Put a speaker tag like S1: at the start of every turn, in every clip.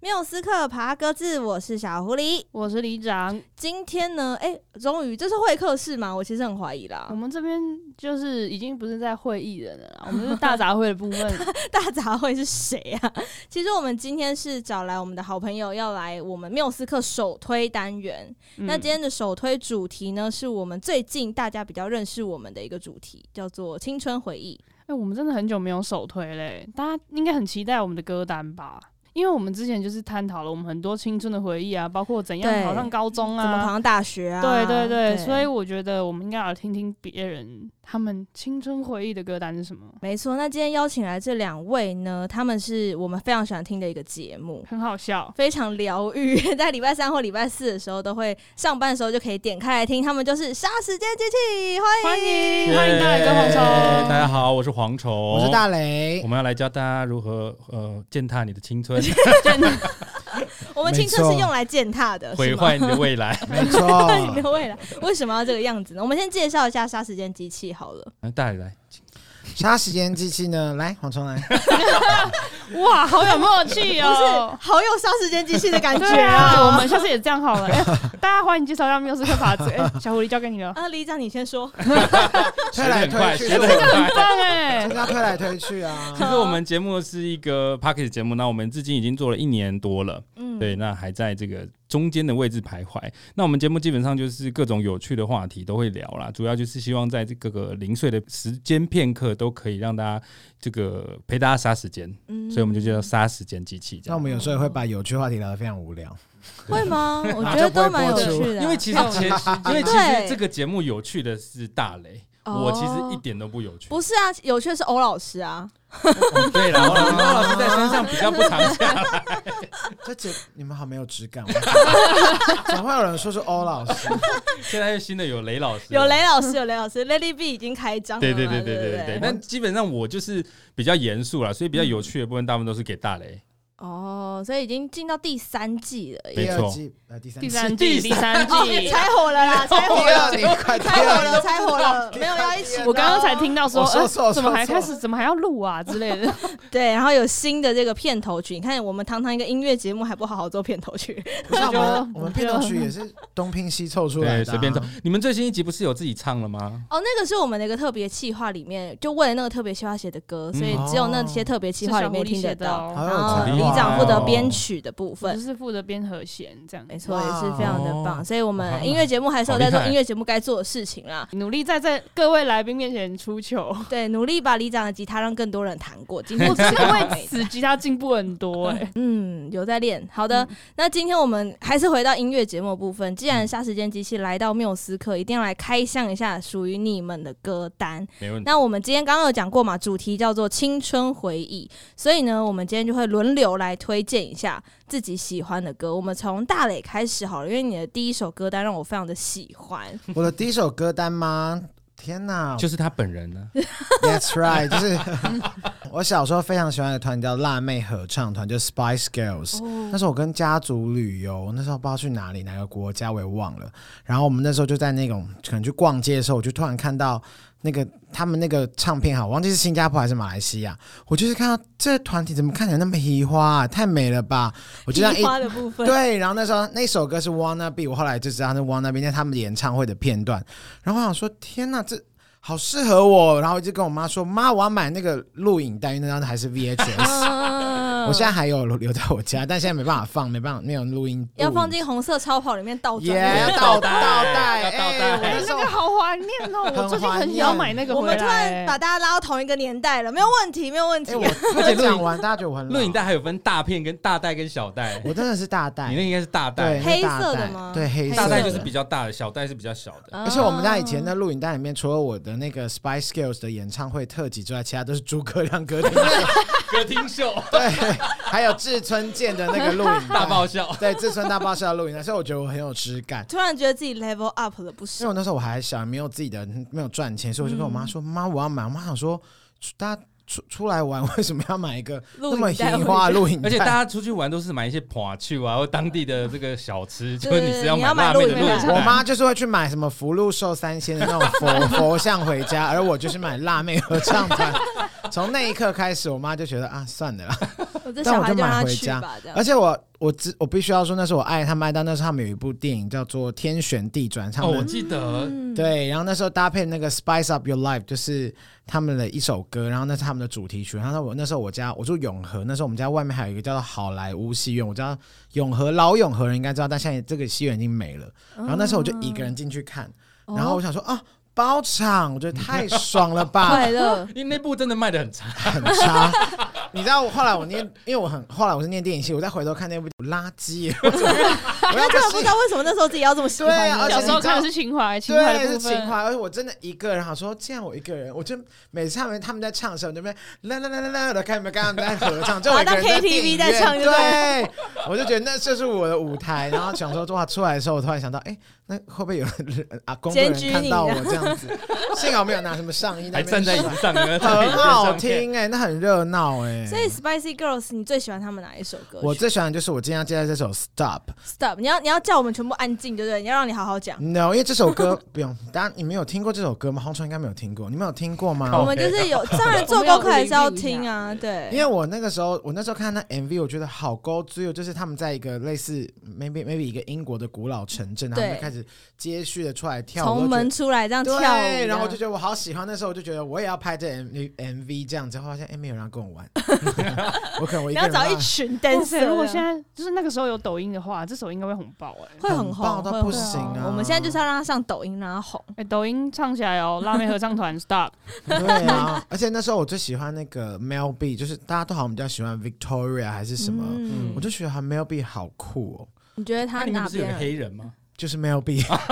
S1: 缪斯克爬格子，我是小狐狸。
S2: 我是里长，
S1: 今天呢，哎、终于这是会客室吗？我其实很怀疑啦
S2: 我，们这边就是已经不是在会议人了啦，我 们是大杂烩的部分。
S1: 大杂烩是谁啊？ 其实我们今天是找来我们的好朋友，要来我们缪斯克首推单元。
S2: 嗯
S1: 那今天的首推主题呢，是我们最近大家比较认识我们的一个主题，叫做青春回忆。
S2: 哎、我们真的很久没有首推嘞，大家应该很期待我们的歌单吧？因为我们之前就是探讨了我们很多青春的回忆啊，包括怎
S1: 对
S2: 样考上高中
S1: 怎么考
S2: 啊。
S1: 上大学啊？
S2: 对对对，所以我觉得我们应该要听听别人他们青春回忆的歌单是什么，
S1: 没错。那今天邀请来这两位呢，他们是我们非常喜欢听的一个节目。
S2: 很好笑。
S1: 非常疗愈， 在礼拜三或礼拜四的时候都会上班的时候就可以点开来听。他们就是杀时间机器，欢
S2: 欢
S1: 迎。
S2: 迎欢迎大家跟黄
S3: 耶
S2: 虫，
S3: 大家好，我是蝗虫，我
S4: 我是。大雷
S3: 我。们要来教大家如何呃践踏你的青春，
S1: 我们青春是用来践踏的，
S3: 毁
S1: 是吗
S3: 坏你的未来。
S4: 没错，
S1: 你的未来。 为什么要这个样子呢？我们先介绍一下杀时间机器好了。
S3: 那大呃家来，
S4: 杀时间机器呢？来，黄 虫来，
S2: 哇，好有默契
S1: 不是
S2: 哦！
S1: 好有杀时间机器的感觉
S2: 对啊，我
S1: 啊！
S2: 们下次也这样好了。哎大家欢迎介绍一下缪斯克法则。哎，小狐狸交 给你了，
S1: 啊，李长你先说。
S4: 推来
S3: 学得很快
S4: 推去，
S3: 学
S4: 就
S3: 得很快。
S2: 棒哎
S4: 是！要推来推去
S3: 其
S4: 啊。
S3: 实我们节目是一个 p a c k a g e 节目，那我们至今已经做了一年多了，
S1: 嗯，
S3: 对，那还在这个中间的位置徘徊。那我们节目基本上就是各种有趣的话题都会聊啦，主要就是希望在这各个零碎的时间片刻都可以让大家这个陪大家杀时间，
S1: 嗯
S3: 所以我们就叫杀时间机器这
S4: 那
S3: 样
S4: 我。们有时候也会把有趣话题聊得非常无聊，
S1: 会 吗？我觉得都蛮有趣的啊，
S3: 因为其实前， 因为其实这个节目有趣的是大雷，
S1: 哦
S3: 我其实一点都不有趣。
S1: 不是啊，有趣的是欧老师啊。
S3: 哦对 了，我老我老师在身上比较不常见。
S4: 这节你们好没有质 感哦。怎么会有人说是欧老师？
S3: 现在又新的有雷老师，
S1: 有。雷老师，有雷老师，Lady B 已经开张了
S3: 对
S1: 嘛。
S3: 对对对
S1: 对
S3: 对对对，但基本上我就是比较严肃啦，所以比较有趣的部分大部分都是给大雷。
S1: 哦，所以已经进到第三季了耶，
S3: 没
S4: 第
S3: 错
S4: 二季呃第三
S2: 第
S4: 季，
S2: 三季，第三
S1: 哦
S2: 季。
S4: 哦
S1: 拆火了啦， 拆
S4: 第
S1: 火了
S4: 二，季快
S1: 拆火
S4: 第二
S1: 了，
S4: 季
S1: 拆火 了，没有要一起。
S2: 我刚刚才听到说，
S4: 我哦说
S2: 呃
S1: 哎
S4: 错我说
S2: 怎么还
S4: 错
S2: 开始，怎么还要录啊之类的。
S1: 对，然后有新的这个片头曲，你看我们堂堂一个音乐节目还不好好做片头曲，
S4: 不是我们
S2: 就
S4: 我们变动曲也是东拼西凑出来
S3: 对，
S4: 的啊，
S3: 随便唱。你们最新一集不是有自己唱了吗？
S1: 哦，那个是我们的一个特别企划里面，就为了那个特别企划写的歌，所以只有那些特别企划里面听得到。
S4: 好
S2: 到
S4: 有
S1: 然后
S4: 才
S1: 李
S4: 华哦
S1: 长负责编曲的嗯部
S2: 我
S1: 分
S2: 就，是负责编和弦这样，
S1: 没错，也是非常的棒。
S3: 哦
S1: 所以我
S3: 好
S1: 们
S3: 棒
S1: 音乐节目还是有
S3: 好厉
S1: 在
S3: 害
S1: 做音乐节目该做的事情啦。
S2: 努力在在各位来宾面前出糗。
S1: 对，努力把李长的吉他让更多人弹 过。今天
S2: 我
S1: 只
S2: 只
S1: 是
S2: 是为
S1: 为
S2: 此吉他进步很多 哎。
S1: 嗯，嗯有在练。好的，那今天我们还是回到音乐节目的部分。既然杀时间机器来到缪斯克，一定要来开箱一下属于你们的歌单。
S3: 没问题。
S1: 那我们今天刚刚有讲过嘛，主题叫做青春回忆，所以呢，我们今天就会轮流来推荐一下自己喜欢的歌。我们从大磊开始好了，因为你的第一首歌单让我非常的喜欢。
S4: 我的第一首歌单吗？天哪
S3: 就是他本人呢，
S4: ，That's right，就是 我小时候非常喜欢的团体叫辣妹合唱团，就是 Spice Girls。
S1: 哦
S4: 那时候我跟家族旅游，那时候不知道去哪里，哪个国家我也忘了。然后我们那时候就在那种可能去逛街的时候，我就突然看到那个他们那个唱片哈，我忘记是新加坡还是马来西亚，我就是看到这团体怎么看起来那么移花、啊，太美了吧！我就这样一
S1: 花的部分，
S4: 对，然后那时候那首歌是 Wanna Be，我后来就知道是 Wanna Be，那他们的演唱会的片段。然后我想说，天呐，这好适合我。然后我就跟我妈说，妈，我要买那个录影带，因为那张还是 VHS，、
S1: 嗯
S4: 啊我现在还有留在我家，但现在没办法放，没办法，没有录音，
S1: 要放进红色超跑里面倒
S4: 耶
S1: 装。
S4: 倒带，
S3: 倒
S4: 倒
S3: 带
S4: 带，
S3: 要
S4: 哎
S3: 倒带
S4: 我那时
S2: 那
S4: 候
S2: 个好怀念 哦！我最近很想要买那个
S1: 我
S2: 回
S1: 们突
S2: 来欸
S1: 然。把大家拉到同一个年代了，没有问题，没有问题。
S4: 哎，我
S3: 而且
S4: 我
S3: 录影
S4: 讲完，大家觉得我很老
S3: 录影，带还有分大片跟大带跟小带，
S4: 我真的是大带
S3: 你那，应该是大带
S4: 对，，
S1: 黑
S4: 那大
S1: 色的
S4: 带
S1: 吗
S4: 对，黑
S1: 黑
S4: 色
S3: 大
S4: 的
S3: 带就是比较大的，小带是比较小的。
S4: 而且我们家以
S1: 哦
S3: 哦
S4: 前的录影带里面，除了我的那个 Spice Girls 的演唱会特辑之外，其他都是诸葛亮歌厅
S3: 歌厅秀
S4: 对，还有志村健的那个录影带
S3: 大爆，笑，
S4: 对，志村大爆笑的录影带，所以我觉得我很有质感。
S1: 突然觉得自己 level up 了不
S4: 因为
S1: 少。
S4: 我那时候我还小，没有自己的，没有赚钱，所以我就跟我妈
S3: 嗯
S4: 说：“妈、我要买。”我妈想说：“大家出出来玩，为什么要买一个
S1: 录
S4: 那么
S1: 影带
S4: 平花的录影 带？”
S3: 而且大家出去玩都是买一些爬去啊，或当地的这个小吃，
S1: 对
S3: 就是你是要买辣妹
S1: 你要
S3: 的
S1: 买
S3: 路
S1: 路边
S3: 线。
S4: 我妈就是会去买什么福禄寿三仙的那种佛佛像回家，而我就是买辣妹合唱团。从那一刻开始，我妈就觉得啊，算了啦。
S1: 我这
S4: 但
S1: 小
S4: 我
S1: 孩
S4: 就
S1: 让
S4: 买
S1: 他
S4: 回
S1: 去
S4: 家
S1: 吧，这样
S4: 而。且我我只我必须要说，那是我爱他麦当，那时候他们有一部电影叫做《天旋地转》，他
S3: 哦，
S4: 们、
S3: 我记得，
S1: 嗯，
S4: 对，然后那时候搭配那个《Spice Up Your Life》，就是他们的一首歌，然后那是他们的主题曲。然后我那时候我家我住永和，那时候我们家外面还有一个叫做好莱坞戏院，我知道永和老永和人应该知道，但现在这个戏院已经没了。
S1: 嗯，
S4: 然后那时候我就一个人进去看，
S1: 哦，
S4: 然后我想说啊，包场，我觉得太爽了吧，
S1: 快乐，
S3: 因为那部真的卖的很差，
S4: 很差。你知道我后来我念，因为我很后来我是念电影系，我再回头看那部垃圾，我怎么会 我要
S1: 他真的
S4: 不
S1: 不
S4: 是
S1: 知道为什么那时候自己要这么喜欢
S4: 对
S1: 你，
S4: 啊而且
S2: 小
S4: 你
S2: 时候
S4: 知
S2: 看的
S4: 道
S2: 是情怀，情怀
S4: 对，
S2: 的
S4: 是
S2: 部
S4: 情怀，
S2: 分。
S4: 而且我真的一个人，好说这样我一个人，我就每次他们他们在唱的时候，我就边啦啦啦啦啦的，看你们刚刚在合唱，就我一个人
S1: 把它当
S4: 电影
S1: KTV 在唱
S4: 院
S1: 就
S4: 对，我就觉得那这是我的舞台，然后想说哇，出来的时候我突然想到，哎，那会不会有人啊工作
S1: 检举
S4: 人
S1: 你
S4: 看到我
S1: 啊
S4: 这样子？幸好没有拿什么上衣，
S3: 还站在椅子
S4: 那
S3: 上，跟
S4: 边甩很好，听哎，那很热闹哎。
S1: 所以 Spicy Girls，你最喜欢他们哪一首歌曲？
S4: 我最喜欢的就是我今天要介绍这首《Stop》。
S1: Stop，你要你要叫我们全部安静，对不对？你要让你好好讲。
S4: No，因为这 首歌不用，当然你们有听过这首歌吗？黄川应该没有听过，你们有听过吗？
S1: 我们就是 有，当然做功课还是要听啊，
S4: 因
S1: 对。
S4: 为哦我那个时候，我那时候看那 MV，我觉得好高追哦，就是他们在一个类似 maybe maybe 一个英国的古老城镇，然后他
S1: 对
S4: 们就开始接续的出来跳舞，我
S1: 从
S4: 就觉
S1: 门
S4: 得
S1: 出来这样跳舞
S4: 对，
S1: 这
S4: 然后我
S1: 样
S4: 就，觉得我好喜欢，那时候我就觉得我也要拍这 MV MV 这样子，后来发现哎没有人要跟我 玩， 我可能我
S1: 你
S4: 一个
S1: 要
S4: 人
S1: 找一
S4: 哇
S1: 群
S2: 哇塞
S1: dancer，
S2: 如果现在就是那个时候有抖音的话，这首应该会红爆哎、
S1: 会很
S4: 很棒
S1: 红，
S4: 到
S1: 会
S4: 不
S1: 很红
S4: 行啊
S1: 哦我们现在就是要让他上抖音，让他红。
S2: 哎、抖音唱起来哦，辣妹合唱团 stop，
S4: 对啊，而且那时候我最喜欢那个 Mel B，就是大家都好像比较喜欢 Victoria 还是什么，
S1: 嗯
S4: 我就觉得他 Mel B 好酷哦，
S1: 啊你觉得他
S3: 他里面
S1: 哪
S3: 啊不是有个
S1: 边？
S3: 黑人吗？
S4: 就是 Mel B，
S3: 哦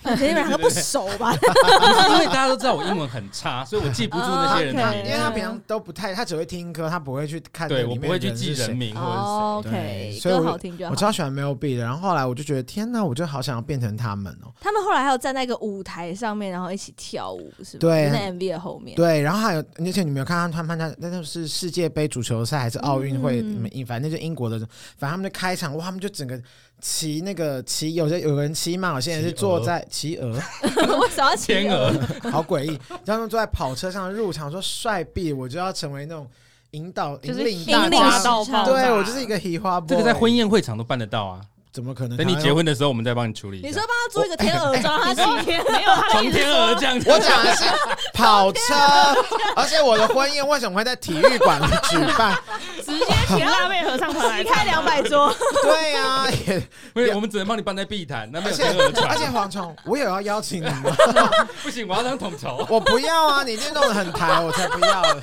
S1: 肯定两个不熟吧？
S3: 因为大家都知道我英文很差，所以我记不住那些人的
S4: 因
S3: 名
S4: 为
S3: 字。
S4: 他平常都不太，他只会听歌，他不会去看那
S3: 对我
S4: 里面
S3: 不会去
S4: 人是
S3: 记人
S4: 谁
S3: 名或
S1: 哦
S3: 者是谁。
S1: OK，
S4: 对所以我
S1: 歌好听就好
S4: 我。超喜欢 Mel B 的，然后后来我就觉得天哪，我就好想要变成他们哦。
S1: 他们后来还有站在一个舞台上面，然后一起跳舞，是吗？
S4: 对
S1: 就在 MV 的后 面。
S4: 对，然后还有，而且你没有看到他们那那就是世界杯足球赛还是奥运会，
S1: 嗯
S4: 你们英反正就英国的，反正他们的开场哇，他们就整个骑那个骑，有些有人骑马，有些人是
S3: 骑鹅
S4: 坐在骑鹅，
S1: 我想要骑
S3: 天鹅，
S4: 好诡异。然后他们坐在跑车上入场说帅毙，我就要成为那种引导
S2: 就
S4: 引
S2: 是
S4: 领
S1: 引
S4: 大
S1: 领
S4: 家
S1: 时。
S2: 到爆炸
S4: 对我就是一个黑花 boy，
S3: 这个在婚宴会场都办得到啊！
S4: 怎么可能？
S3: 等你
S4: 台湾
S3: 结婚的时候，我们再帮你处理一下。
S1: 你说帮他做一个天鹅装， 他骑天
S2: 没有他的
S3: 从
S2: 意思
S3: 天鹅这样子，
S4: 我讲的是跑车，而且我的婚宴为什么会在体育馆举办？
S2: 直接请辣妹合唱团来
S1: 你
S2: 唱
S1: 开两百 桌，
S4: 对啊，也
S3: 没有，我们只能帮你办在碧潭，那边
S4: 而
S3: 有
S4: 且
S3: 天鹅
S4: 而且
S3: 船。
S4: 蝗虫，我也要邀请你吗？
S3: 不行，我要当统筹。
S4: 我不要啊！你已经弄得很台，我才不要了。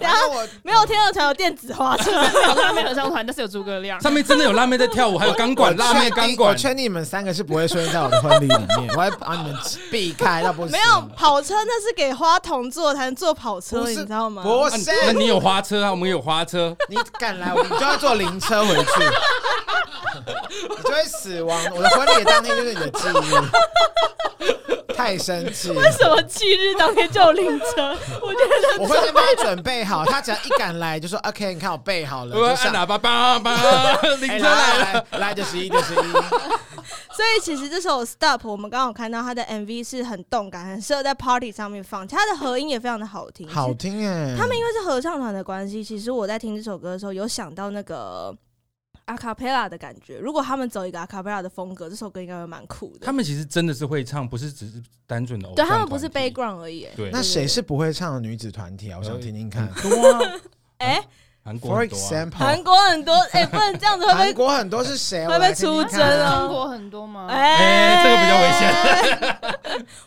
S1: 然
S4: 然后
S1: 后
S4: 我
S1: 没有天鹅船有电子花 车，
S2: 没有辣妹合唱团，但是有诸葛亮。
S3: 上面真的有辣妹在跳舞，还有钢
S4: 我
S3: 管辣妹钢
S4: 我
S3: 管。啊
S4: 劝你们三个是不会出现在我的婚礼里面，我会把你们 避开，那不行
S1: 没有跑车那是给花童坐才能坐跑车，
S4: 不
S1: 你
S4: 是
S1: 知道吗？
S4: 不
S3: 啊
S4: 是，
S3: 那你有花车啊？我们也有花车。
S4: 你敢来，我你就要坐灵车回去，你就会死亡。我的婚礼当天就是你的记忆，太生气了。
S2: 什么忌日当天就有灵车？ 我觉得
S4: 我会先帮他准备好，他只要一赶来就说 OK，你看我备好了，
S3: 我要
S4: 就
S3: 按
S4: 上。
S3: 喇叭，叭叭， 铃
S4: 哎
S3: 车来了。
S4: 来来来，就是一就是一，
S1: 所以其实这首《Stop》，我们刚刚有看到它的 MV 是很动感，很适合在 party 上面放，它的合音也非常的好听。
S4: 好
S1: 其实
S4: 听哎。
S1: 他们因为是合唱团的关系，其实我在听这首歌的时候有想到那个。a cappella 的感觉，如果他们走一个 a cappella 的风格，这首歌应该会蛮酷的。
S3: 他们其实真的是会唱，不是只是单纯的偶
S1: 对
S3: 像
S4: 啊
S1: 他们不是
S3: 团体
S1: background 而已，
S3: 对，
S4: 那谁是不会唱的女子团体啊？我想听听看。
S3: 很多啊，
S1: 哎、
S3: 韩国
S4: For
S3: 很多啊。
S1: 韩
S4: example，
S1: 国很多，哎、不能这样子会
S4: 韩
S1: 被
S4: 国很多是谁？
S1: 会被出征哦
S2: 中国很多吗？
S1: 哎、
S3: 哎这个比较危险
S1: 危险。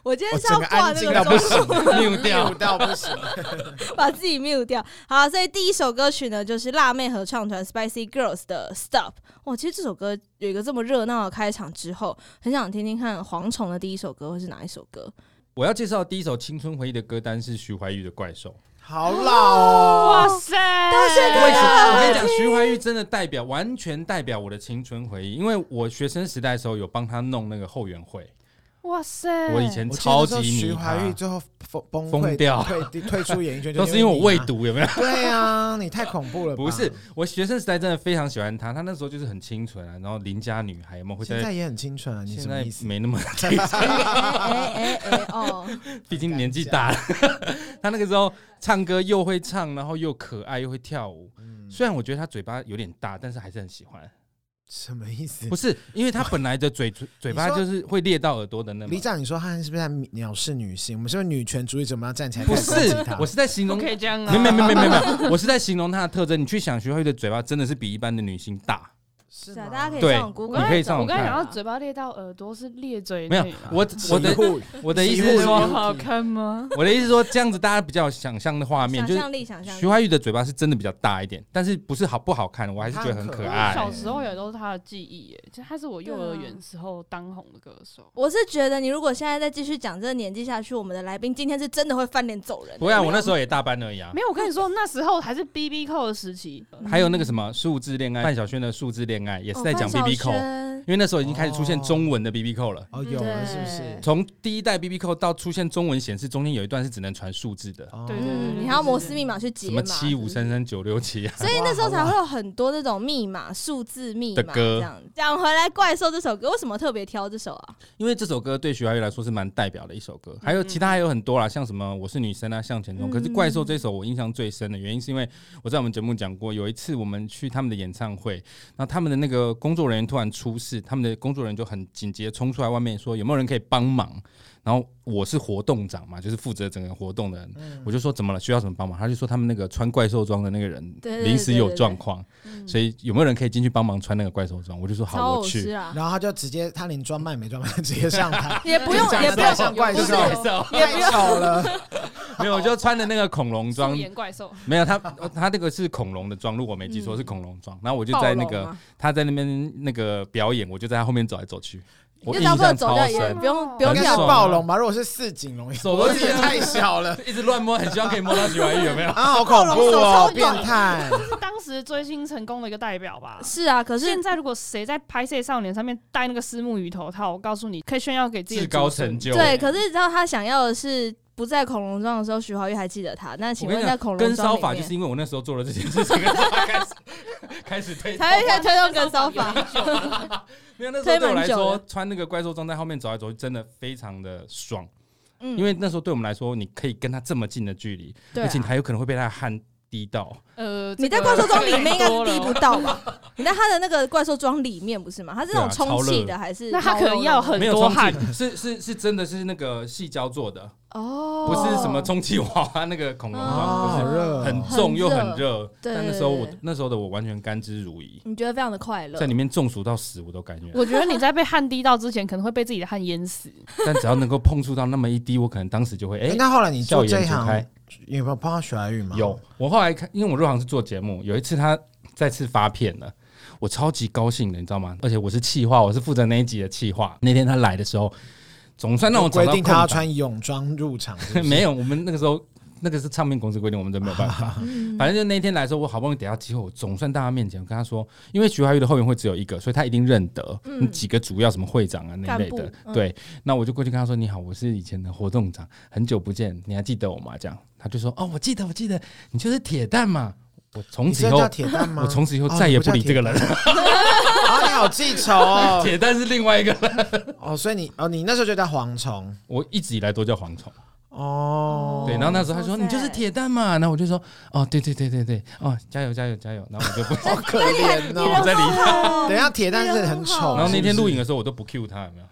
S1: 我今
S4: 我
S1: 天是要
S4: 整个
S1: 挂
S4: 安
S1: 这
S4: 静
S1: 个钟
S4: 到不行，
S3: 谬掉
S4: 扭到不行。
S1: 把自己 mute 掉。好，所以第一首歌曲呢，就是辣妹合唱团 Spicy Girls 的 Stop。哇，其实这首歌有一个这么热闹的开场之后，很想听听看蝗虫的第一首歌会是哪一首歌？
S3: 我要介绍第一首青春回忆的歌单是徐怀钰的《怪兽》。
S4: 好老哦，
S2: 哇塞！
S1: 但是
S3: 为什么？
S4: 啊
S3: 我
S1: 好
S3: 跟
S1: 听
S3: 你讲，徐怀钰真的代表，完全代表我的青春回忆。因为我学生时代的时候有帮他弄那个后援会，
S2: 哇塞！
S3: 我以前
S4: 我记得
S3: 超
S4: 那时候
S3: 级迷
S4: 徐怀
S3: 他
S4: 钰，最后疯崩
S3: 疯
S4: 溃
S3: 掉
S4: 退退出演艺圈，
S3: 都是因为我
S4: 未
S3: 未。读，有没有？
S4: 对啊，你太恐怖了吧。
S3: 不是， 我学生时代真的非常喜欢他，他那时候就是很清纯啊，然后邻家女孩嘛会
S4: 现在
S3: 在。
S4: 也很清纯啊，你
S3: 现
S4: 什么
S3: 在
S4: 意思？
S3: 没那 么，
S1: 哎哎哎哎 哦，
S3: 毕竟年纪大了。 他那个时候唱歌又会唱，然后又可爱又会跳舞。
S4: 嗯
S3: 虽然我觉得他嘴巴有点大，但是还是很喜欢。
S4: 什么意思
S3: 不？是，因为他本来的嘴嘴嘴巴
S4: 嗯 你说
S3: 就是会裂到耳朵的那么
S4: 李。长，你说汉是不是在藐视女性？我们是不是女权主义者？我们要站起来
S3: 不
S4: 开始
S3: 是
S4: 攻击她？，
S3: 我是在形
S2: 不
S3: 容。
S2: 可以这样啊！
S3: 没没没没没没，我是在形容他的特征。你去想徐慧的嘴巴真的是比一般的女性大，
S4: 是
S1: 是啊，
S4: 吗
S1: 大家可以
S3: 对
S1: 上网
S2: 我
S1: Google，
S2: 刚才
S3: 你可以上网
S2: 我刚才
S3: 看
S2: 想到嘴巴裂到耳朵是裂嘴
S3: 没
S2: 内
S3: 有
S2: 嘛，
S3: 我我的我的意思是
S2: 我
S3: 说，
S2: 好看吗？
S3: 我的意思是说，这样子大家比较有想象的画面
S1: 想
S3: 就是
S1: 象力，想象
S3: 徐
S1: 力。
S3: 怀钰的嘴巴是真的比较大一点，但是不是好不好看，我还是觉得很可
S2: 我
S4: 她很可
S3: 爱
S4: 爱。
S2: 小时候也都是他的记忆耶，其实他是我幼儿园时候当红的歌手。
S1: 我是觉得你如果现在再继续讲这个年纪下去，我们的来宾今天是真的会翻脸走人。
S3: 不会啊，
S1: 没有
S3: 我那时候也大班而已啊
S2: 没。有，我跟你说，那时候还是 B B 扣的时期，
S3: 还有那个什么数字恋爱，范晓萱的数字恋爱也是在讲
S1: 哦
S3: B
S1: 范
S3: B
S1: 晓
S3: 扣，因
S1: 萱
S3: 为那时候已经开始出现中文的 B B 扣了。
S4: 哦，有了是不是？
S3: 从第一代 B B 扣到出现中文显示，中间有一段是只能传数字的，
S4: 哦
S2: 对对对
S1: 嗯，你还要摩斯密码去解
S3: 什
S1: 码，
S3: 么七五三三九六七啊，
S1: 所以那时候才会有很多那种密码、数字密
S3: 的
S1: 码
S3: 歌
S1: 这样。讲回来，《怪兽》这首歌为什么特别挑这首啊？
S3: 因为这首歌对徐怀钰来说是蛮代表的一首歌，还有其他还有很多啦，像什么我是女生啊，向前冲。
S1: 嗯
S3: 可是怪兽这首我印象最深的原因，是因为我在我们节目讲过，有一次我们去他们的演唱会，那他们的那个工作人员突然出事，他们的工作人员就很紧急地冲出来外面说有没有人可以帮忙。然后我是活动长 嘛，就是负责整个活动的人，我就说怎么了，需要什么帮忙？他就说他们那个穿怪兽装的那个人
S1: 对对对
S3: 临时有
S1: 对对
S3: 状况，所以有没有人可以进去帮忙穿那个怪兽装？我就说
S1: 超
S3: 好，我
S1: 偶
S3: 去
S1: 师。啊！
S4: 然后他就直接，他连装扮也没装扮，直接 上台，
S1: 也不用
S4: 长，
S1: 也
S4: 得
S1: 不用
S4: 太，像怪
S2: 不
S4: 兽
S2: 是
S4: 了，太 丑了。
S3: 没有，我就穿的那个恐龙
S2: 素
S3: 装，
S2: 颜怪兽，
S3: 没有他，他那个是恐龙的妆，如果我没记错、
S1: 嗯
S3: 是恐龙妆。然后我就
S1: 暴
S3: 在
S1: 龙啊
S3: 那个
S1: 嘛
S3: 他在那边那个表演，我就在他后面走来走去，我
S1: 就
S3: 印
S1: 大部分
S3: 象
S1: 走
S3: 超
S1: 掉也
S3: 深，
S1: 不用不
S4: 应
S1: 用
S4: 该
S3: 很
S4: 是
S3: 爽
S1: 掉。
S4: 暴龙吧？如果是四锦龙，
S3: 手啊
S4: 脖
S3: 都
S4: 子也太小了
S3: 一直乱摸，很希望可以摸到徐怀钰，有没有？
S4: 啊！好恐怖
S1: 暴
S4: 哦，
S1: 龙手超短
S4: 变态！
S3: 哎
S2: 是当时追星成功的一个代表吧。
S1: 是啊，可是
S2: 现在如果谁在拍摄少年上面戴那个丝木鱼头套，我告诉你，可以炫耀给自己的
S3: 至高
S2: 族群
S3: 成就。
S1: 对，可是你知道他想要的是不在恐龙装的时候，徐怀钰还记得他。那
S3: 我
S1: 请
S3: 跟
S1: 问
S3: 你
S1: 在
S3: 讲，
S1: 恐龙
S3: 跟
S1: 装
S3: 骚
S1: 里啊
S3: 法
S1: 面
S3: 就是因为我那时候做了这件事情，然后开始开始 推。
S1: 才会开始推动跟骚法，
S3: 没有那时候对我来
S1: 推蛮久
S3: 说
S1: 的，
S3: 穿那个怪兽装在后面走来走去，真的非常的爽，
S1: 嗯
S3: 因为那时候对我们来说，你可以跟他这么近的距离，
S1: 对
S3: 而且你
S1: 啊。
S3: 还有可能会被他的汗滴到。
S2: 呃，
S1: 你
S2: 这
S1: 在
S2: 个
S1: 怪兽装里面应该是
S2: 多了
S1: 滴不到 吧？你在他的那个怪兽装里面不是吗？他是那种
S3: 对啊
S1: 充
S3: 超
S1: 气
S3: 热
S1: 的还是毛茸茸
S2: 那他
S1: 的？
S2: 可能要很
S3: 没有
S2: 多
S3: 充气
S2: 汗，
S3: 是是是真的是那个细胶做的，
S1: 哦，
S3: 不是什么充气娃娃那个恐龙
S1: 哦
S3: 装，
S4: 好热
S3: 就
S4: 哦，
S3: 是很重又很
S1: 很
S3: 热。
S1: 对
S3: 但那时候我那时候的我完全甘之如饴，
S1: 你觉得非常的快乐
S3: 在。里面中暑到死我都甘愿。
S2: 我觉得你在被汗滴到之前，可能会被自己的汗淹死。
S3: 但只要能够碰触到那么一滴，我可能当时就会
S4: 哎
S3: 哎，，
S4: 那后来你做这一
S3: 笑颜逐
S4: 行
S3: 开，
S4: 有没有碰到徐怀钰吗？
S3: 有。我后来看，因为我入行是做节目，有一次他再次发片了。我超级高兴的，你知道吗？而且我是企划，我是负责那一集的企划。那天他来的时候，总算让我找
S4: 规
S3: 到
S4: 定他要
S3: 空档
S4: 穿泳装入场，是不是
S3: 没有，我们那个时候那个是唱片公司规定，我们真没有办法。
S1: 嗯
S4: 嗯
S3: 反正就那一天来说，我好不容易等到机会，我总算到他面前，我跟他说，因为徐怀钰的后援会只有一个，所以他一定认得
S1: 嗯
S3: 你几个主要什么会长啊那一
S1: 干
S3: 类的
S1: 部。嗯
S3: 对，那我就过去跟他说：“你好，我是以前的活动长，很久不见，你还记得我吗？”这样，他就说：“哦，我记得，我记得，你就是铁蛋嘛。”我从
S4: 你
S3: 此
S4: 这
S3: 以
S4: 叫
S3: 后，
S4: 铁蛋吗？
S3: 我从此以后
S4: 哦
S3: 再也不理这个。
S4: 你
S3: 人。
S4: 叫铁蛋啊，你好记 仇哦。
S3: 铁蛋是另外一个人，
S4: 哦，所以你哦，你那时候就叫蝗虫
S3: 我一直以来都叫蝗虫。
S4: 哦。
S3: 对，然后那时候他说：“
S1: 哇塞
S3: 你就是铁蛋嘛。”然后我就说：“哦，对对对对对，哦，加油加油加油。”然后我就 不。
S4: 好可怜
S1: 你
S3: 我
S1: 人
S4: 哦。
S3: 在理
S1: 好好
S4: 等一下，铁蛋是很丑。
S3: 然后那天录
S4: 录
S3: 影，的时候，我都不 cue 他，有没有？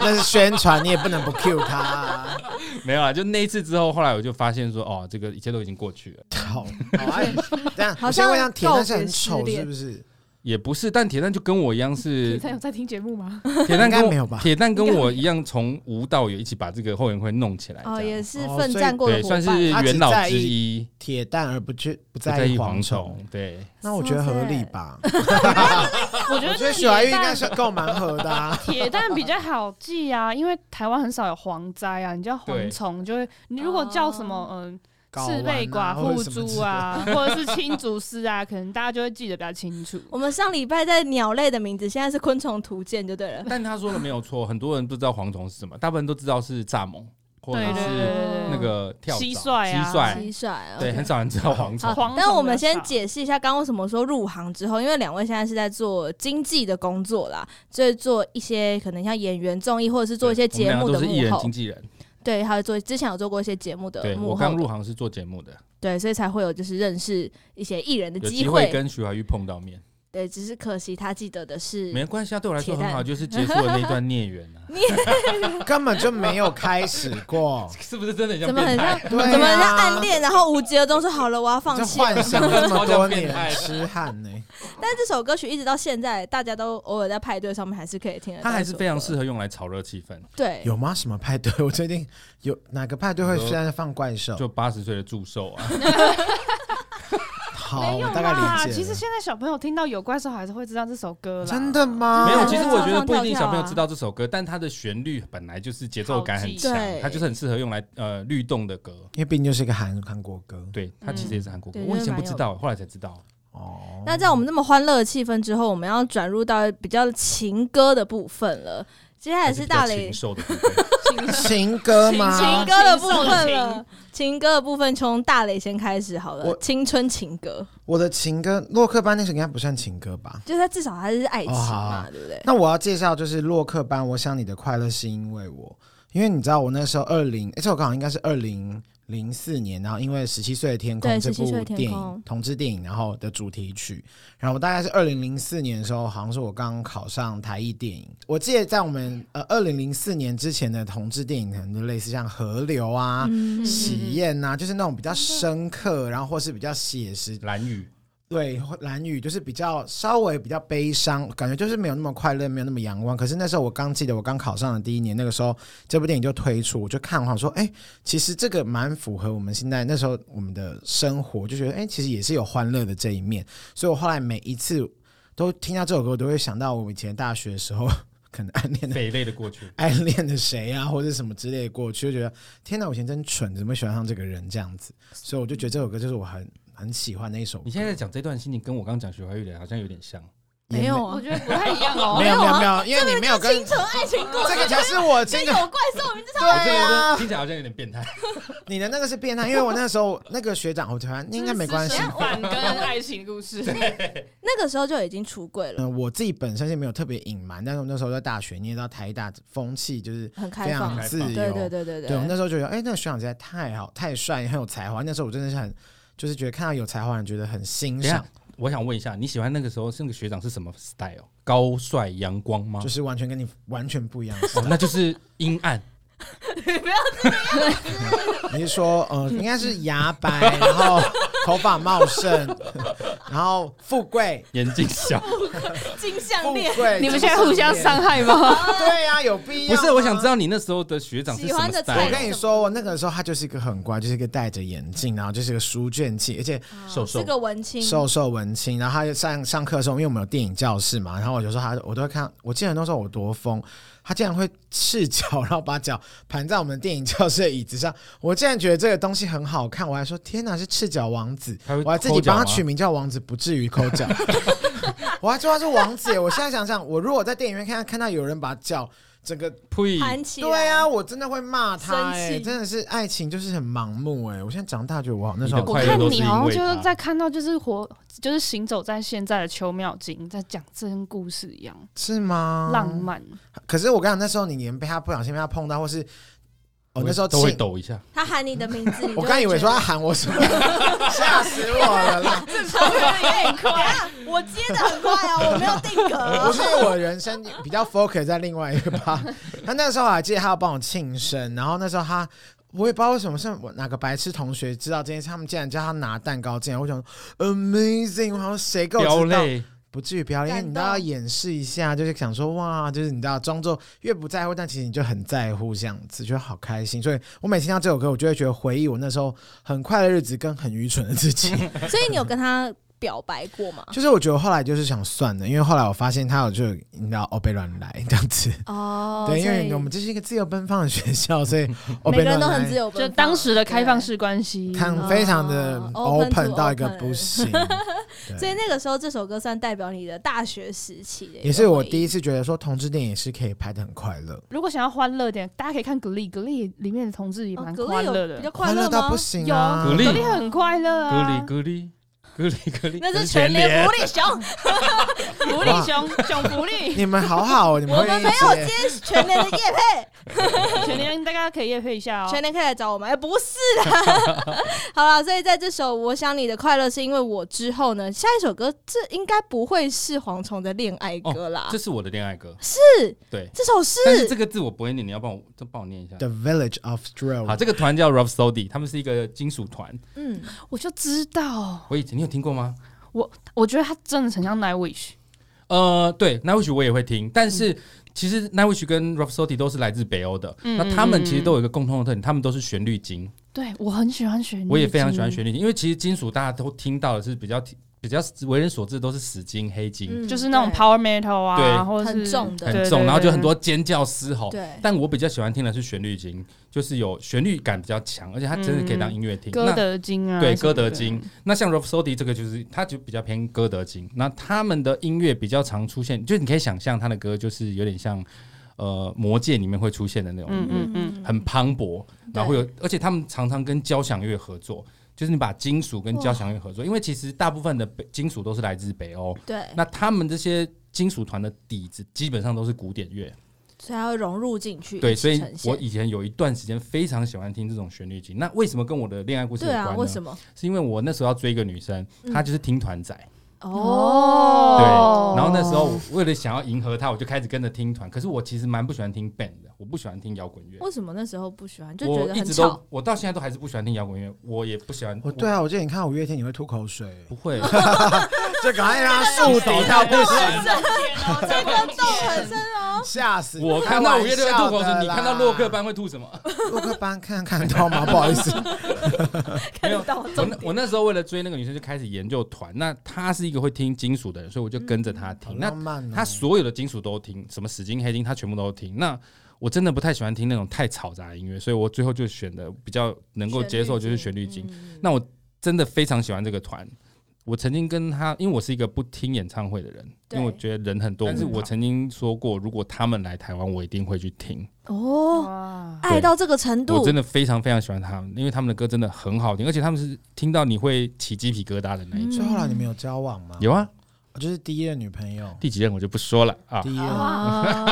S4: 那是宣传，你也不能不 cue 他啊。
S3: 没有啊，就那一次之后，后来我就发现说，哦，这个一切都已经过去了，
S4: 好，好哎，这样
S1: 好像
S4: 我先问一下，铁蛋是很
S1: 告
S4: 丑
S1: 别失恋
S4: 是不是？
S3: 也不是。但铁蛋就跟我一样
S2: 你
S3: 是
S2: 在有在听节目吗？
S3: 铁蛋跟
S4: 应该没有
S3: 我
S4: 吧
S3: 铁蛋跟我一样，从无到有一起把这个后援会弄起来，
S1: 哦，
S3: 这样
S1: 也是
S4: 哦
S1: 奋
S4: 所以
S1: 战过的
S3: 对，
S1: 伙
S3: 算
S1: 伴，
S3: 是元老之一，
S4: 铁蛋而不去不
S3: 不
S4: 在
S3: 在
S4: 意
S3: 意蝗
S4: 蝗虫，
S3: 虫，对，
S4: 那我觉得合理吧。
S2: 我觉 得
S4: 我觉得
S2: 那
S4: 许怀
S2: 铁
S4: 钰应该
S2: 蛋
S4: 是跟我蛮合的 啊。
S2: 铁蛋比较好记啊，因为台湾很少有蝗灾啊，你叫蝗虫就会，你如果叫什么嗯、
S4: 睾
S2: 赤背
S4: 丸
S2: 寡
S4: 啊
S2: 妇
S4: 或者什么之
S2: 猪啊，或者是青竹丝啊， 可能大家就会记得比较清 楚。
S1: 我们上礼拜在鸟类的名字，现在是昆虫图鉴就对 了。
S3: 但他说的没有错，很多人不知道蝗虫是什么，大部分都知道是蚱蜢或者
S2: 对对对
S3: 是
S2: 对，
S3: 那个
S1: 嗯
S3: 跳蚤、
S2: 蟋蟀啊
S1: 蟋蟀啊，
S3: 对，
S4: 哦
S3: 很少人知道蝗虫。
S2: 黄。
S1: 但我们先，解释一下，刚刚为什么说入行之后，因为两位现在是在做经济的工作啦，所以做一些可能像演员综艺，或者是做一些节目
S3: 我们两个
S1: 的
S3: 都是艺
S1: 幕
S3: 人
S1: 后
S3: 经，纪人，
S1: 对，还有做之前有做过一些节目的
S3: 对
S1: 幕
S3: 我
S1: 后
S3: 刚
S1: 的，
S3: 入行是做节目的，
S1: 对，所以才会有就是认识一些艺人的
S3: 有
S1: 机
S3: 机会跟徐怀钰碰到面，
S1: 对，只是可惜他记得的是
S3: 没关系啊，对我来说
S1: 铁蛋
S3: 很好，就是结束了那段孽缘 啊，。
S4: 根本就没有开始过
S3: 是不是真的很
S1: 怎
S3: 像
S1: 么
S3: 变
S1: 很像
S3: 态？
S4: 对啊
S1: 怎么很像暗恋，然后无疾而终，说好了我要放
S4: 这
S1: 弃。
S4: 幻想了这么
S3: 超
S4: 多
S3: 像变态
S4: 年，痴汉呢、
S1: 但这首歌曲一直到现在，大家都偶尔在派对上面还是可以听得到这首歌。
S3: 它还是非常适合用来炒热气氛。
S1: 对，
S4: 有吗？什么派对？我最近有哪个派对会现在放怪兽？
S3: 就八十岁的祝寿啊，
S4: 好，
S2: 没有
S4: 我大概理
S2: 啦。
S4: 解了。
S2: 其实现在小朋友听到有怪兽还是会知道这首歌啦。
S4: 真的吗？
S3: 没有。
S1: 对
S3: 其实我觉得
S1: 唱
S3: 不一定
S1: 跳跳啊
S3: 小朋友知道这首歌，但它的旋律本来就是节奏感很强
S1: 好记对，
S3: 它就是很适合用来呃律动的歌。
S4: 因为毕竟就是一个韩韩国歌
S3: 对，它其实也是韩国歌，
S1: 嗯对
S3: 我以
S1: 就
S3: 前
S1: 是蛮
S3: 不
S1: 有
S3: 知道，后来才知道。
S4: 哦。
S1: 那在我们那么欢乐的气氛之后，我们要转入到比较情歌的部分了。接下来是大
S3: 还比较
S1: 雷
S3: 禽兽的部分
S4: 情歌吗？
S1: 情
S2: 情
S1: 歌的部分
S2: 禽兽
S4: 啊
S1: 了
S2: 的。
S1: 情歌的部分从大雷先开始好了
S4: 我，
S1: 青春情歌，
S4: 我的情歌，洛克班那首应该不算情歌吧？
S1: 就是它至少还是爱情
S4: 哦好
S1: 嘛，
S4: 好
S1: 对不对？
S4: 那我要介绍就是洛克班，我想你的快乐是因为我，因为你知道我那时候二零、这首歌好像应该是二零零四年，然后因为《十七岁的天空
S1: 对》
S4: 这
S1: 17岁的
S4: 部
S1: 天
S4: 电
S1: 空
S4: 影同志电影，然后的主题曲，然后我大概是二零零四年的时候，好像是我刚考上台艺电影，我记得在我们呃二零零四年之前的同志电影，可能就类似像《河流》啊。
S1: 嗯，
S4: 喜宴呐、就是那种比较深刻，然后或是比较写实
S3: 蓝雨，
S4: 对，蓝雨就是比较稍微比较悲伤，感觉就是没有那么快乐，没有那么阳光。可是那时候我刚记得，我刚考上的第一年，那个时候这部电影就推出，我就看，我想说，哎、其实这个蛮符合我们现在那时候我们的生活，就觉得，哎、其实也是有欢乐的这一面。所以我后来每一次都听到这首歌，我都会想到我以前大学的时候，可能暗恋的
S3: 匪类的过去。
S4: 暗恋的谁啊，或者什么之类的过去，就觉得天哪，我以前真蠢，怎么会喜欢上这个人这样子？所以我就觉得这首歌就是我很很喜欢的一首歌。
S3: 你现在在讲这段心情，跟我刚刚讲徐怀钰的好像有点像。
S4: 也
S1: 没有
S2: 我
S1: 啊，
S2: 觉得不太一样哦。
S4: 没有
S1: 没
S4: 没
S1: 有啊
S4: 有没有，因为你没有跟
S1: 青春爱情故
S4: 这
S1: 事
S4: 个才是我这
S1: 跟
S4: 个
S1: 有怪兽，你知道
S4: 对
S3: 这个
S4: 啊
S3: 是，听起来好像有点变态。
S4: 你的那个是变态，因为我那时候那个学长，我突然应该没关系
S2: 这。是反跟爱情故事，
S1: 那个时候就已经出柜了，
S4: 嗯，我自己本身是没有特别隐瞒，但是我那时候在大学，你也知道台大风气就是
S1: 很
S4: 嗯非
S1: 开放
S4: 常，自由，
S1: 哦对对对对
S4: 对我那时候觉得，哎、那个学长实在太好、太帅、很有才华。那时候我真的是很，就是觉得看到有才华的人，觉得很欣
S3: 等一下
S4: 赏，，
S3: 我想问一下，你喜欢那个时候那个学长是什么 style？高帅阳光吗
S4: 就？是完全跟你完全不一样的 style。
S3: 哦， 那就是阴暗。
S4: 你是说，呃，应该是牙白，然后 头发茂盛， 然后富贵，
S3: 眼睛 小，
S1: 金
S4: 富
S1: 项链，
S4: 贵。
S2: 你们现在互相
S4: 就是
S2: 伤害 吗？
S4: 对呀、有必要
S3: 不
S4: 吗？
S3: 是？我想知道你那时候的学长是什
S1: 喜
S3: 么
S1: 欢的
S3: style？
S1: 菜
S4: 我跟你说，我那个时候他就是一个很乖，就是一个戴着眼镜，然后就是一个书卷气，而且
S3: 瘦瘦
S1: 哦是个文青，
S4: 瘦瘦文青。然后他就上上课的时候，因为我们有电影教室嘛，然后我就说他，我都会看。我记得那时候我多疯，他竟然会赤脚，然后把脚盘在我们电影教室的椅子上。我竟然觉得这个东西很好看，我还说天哪，是赤脚王子。
S3: 他会
S4: 我还自己帮他取
S3: 抠脚吗
S4: 名叫王子，不至于抠脚。 我还说他是王子耶。我现在想想，我如果在电影院看看到有人把脚整个
S3: 呸！
S1: 盘起来，
S4: 对啊，我真的会骂他、
S1: 生
S4: 欸，
S1: 气
S4: 真的是爱情就是很盲目哎、我现在长大觉得我好那时候
S3: 你的
S2: 我
S3: 快乐
S2: 看
S3: 都是
S2: 你
S3: 因为
S2: 好像就
S3: 他
S2: 是在看到就是活，就是行走在现在的邱妙金在讲这跟故事一样，
S4: 是吗？
S2: 浪。漫。
S4: 可是我跟你讲，那时候你连被他不小心被他碰到，或是我哦那时候
S3: 都会
S4: 亲。
S3: 抖一下。
S1: 他喊你的名字，你就
S4: 我刚以为说啊
S1: 会
S4: 他喊我什么，吓死我了啦！
S1: 觉得， 哎等一下我接的很快
S4: 啊
S1: 哦，我没有定
S4: 不
S1: 格，
S4: 是因为我人生比较 focus 在另外一个吧。他那时候我还记得他要帮我庆生，然后那时候他。我也不知道为什么是我哪个白痴同学知道这件事，他们竟然叫他拿蛋糕进来，我想说 amazing，我想说谁 给我
S3: 飙
S4: 知道？
S3: 泪，
S4: 不至于表演，
S1: 感
S4: 因为你都要掩饰一下，就是想说哇，就是你知道装作越不在乎，但其实你就很在乎这样子，觉得好开心。所以我每听到这首歌，我就会觉得回忆我那时候很快乐的日子跟很愚蠢的自己。
S1: 所以你有跟他表白过吗？
S4: 就是我觉得我后来就是想算了，因为后来我发现他有就你知道欧贝乱来这样子，
S1: 哦
S4: 对，因为我们这是一个自由奔放的学校， 所以欧
S1: 每
S4: 贝
S1: 个人
S4: 乱
S1: 都很自
S4: 来，
S1: 由奔
S2: 就
S1: 放，啊
S2: 当时的开放式关系，
S4: 看非常的
S1: 哦，open to
S4: open 到一个
S1: open
S4: 不行，
S1: 对。所以
S4: 对，
S1: 那个时候，这首歌算代表你的大学时期的一个回忆，
S4: 也是我第
S1: 一
S4: 一次觉得说同志电影是可以拍的很快乐，
S2: 如果想要欢乐点，大家可以看《Glee》，《Glee》里面的同志也蛮欢乐
S1: 哦比
S2: 的
S1: 较，快乐
S4: 到
S1: 吗
S4: 不？行啊，
S3: 有 Glee
S2: 很快乐
S3: 隔
S2: 啊
S3: 离。隔离隔离隔离，
S1: 呃那
S3: 这
S1: 是
S3: 全
S1: 全联
S3: 联
S1: 福利熊，
S2: 福利熊，熊福利，
S4: 你们好好哦，你们
S1: 我
S4: 会
S1: 们
S4: 一
S1: 没有
S4: 起
S1: 接全联的夜配，
S2: 全年大家可以夜配一下哦。
S1: 全年可以来找我们。哎、不是啦， 好了，所以在这首《我想你的快乐是因为我》之后呢，下一首歌这应该不会是蝗虫的恋爱歌啦，
S3: 哦这是我的恋爱歌，
S1: 啊是
S3: 对。
S1: 这首是
S3: 但是这个字我不会念，你要帮我，再帮我念一下。
S4: The Village of Stroh，
S3: 好，这个团叫 Rough Sody，他们是一个金属团。
S1: 嗯，
S2: 我就知道，
S3: 我以前你有听过吗？
S2: 我觉得他真的很像 Night Wish，
S3: 呃，对，Nightwish 我也会听，但是其实 Nightwish 跟 Rough Sody 都是来自北欧的。
S2: 嗯
S3: 那他们其实都有一个共同的特点，他们都是旋律精。
S2: 对我很喜欢嗯旋律，
S3: 我也非常喜欢旋律精，因为其实金属大家都听到的是比较比较为人所知的都是死金、黑金。
S1: 嗯
S2: 就是那种
S1: 对
S2: power metal 啊，
S3: 对
S2: 或者
S1: 很
S2: 是
S1: 重的
S3: 很
S2: 对
S3: 重，
S2: 对
S3: 然后就
S2: 对
S3: 很多尖叫嘶吼。
S1: 对
S3: 但我比较喜欢听的是旋律经，就是有旋律感比较强，而且它真的可以当音乐听。
S2: 歌
S3: 那
S2: 德经
S1: 嗯
S2: 啊，
S3: 对
S2: 什么
S3: 歌
S2: 的
S3: 德经，，那像 Rob Sodi 这个就是，它就比较偏歌德经。那他们的音乐比较常出现，就是你可以想象他的歌就是有点像呃《魔戒》里面会出现的那种音
S2: 嗯
S3: 乐，
S2: 嗯嗯，
S3: 很磅礴，然后
S1: 对
S3: 有，而且他们常常跟交响乐合作，就是你把金属跟交响乐合作，因为其实大部分的北金属都是来自北欧，
S1: 对，
S3: 那他们这些金属团的底子基本上都是古典乐。
S1: 所以它会融入进去，
S3: 对，
S1: 一起
S3: 所以
S1: 呈现
S3: 我以前有一段时间非常喜欢听这种旋律集。那为什么跟我的恋爱故事有
S1: 对
S3: 关呢？
S1: 啊，为什么？
S3: 是因为我那时候要追一个女生，
S1: 嗯
S3: 她就是听团仔，对。
S1: 哦，
S3: 然后那时候我为了想要迎合她，我就开始跟着听团。可是我其实蛮不喜欢听 band 的，我不喜欢听摇滚乐。
S1: 为什么那时候不喜欢，就觉
S3: 我
S1: 得
S3: 一
S1: 很
S3: 直
S1: 吵
S3: 都，，我到现在都还是不喜欢听摇滚乐，我也不喜欢。
S4: 我对啊，我记得你看五月天你会吐 口水
S3: 我，不 会，
S4: 就赶快让他树倒到不行，
S1: 这个洞很深哦。
S4: 吓死！
S3: 我 看到五月六会吐口水，你看到洛克
S4: 班，
S3: 班会吐什么？
S4: 洛克班看看得到吗？不好 意思，
S3: 没有
S1: 看到
S3: 我
S1: 重
S3: 那我那时候为了追那个女生，就开始研究团。那她是一个会听金属的人，所以我就跟着她
S4: 好
S3: 听。那
S4: 浪漫哦。
S3: 他所有的金属都听，什么死金、黑金，他全部都听。那我真的不太喜欢听那种太嘈杂的音乐，所以我最后就选的比较能够接受就是旋律金。
S1: 嗯
S3: 那我真的非常喜欢这个团。我曾经跟他，因为我是一个不听演唱会的人，因
S1: 对
S3: 为我觉得人很多。但是我曾经说过，如果他们来台湾，我一定会去听。
S1: 哦，
S2: 哇，
S1: 爱到这个程
S3: 我
S1: 度
S3: 真，的非常非常喜欢他们，因为他们的歌真的很好听，而且他们是听到你会起鸡皮疙瘩的那一种。
S4: 所以后来你们有交往吗？
S3: 有啊，
S4: 我就是第一任女朋友，
S3: 第几任我就不说了啊，
S4: 第一任
S1: 啊，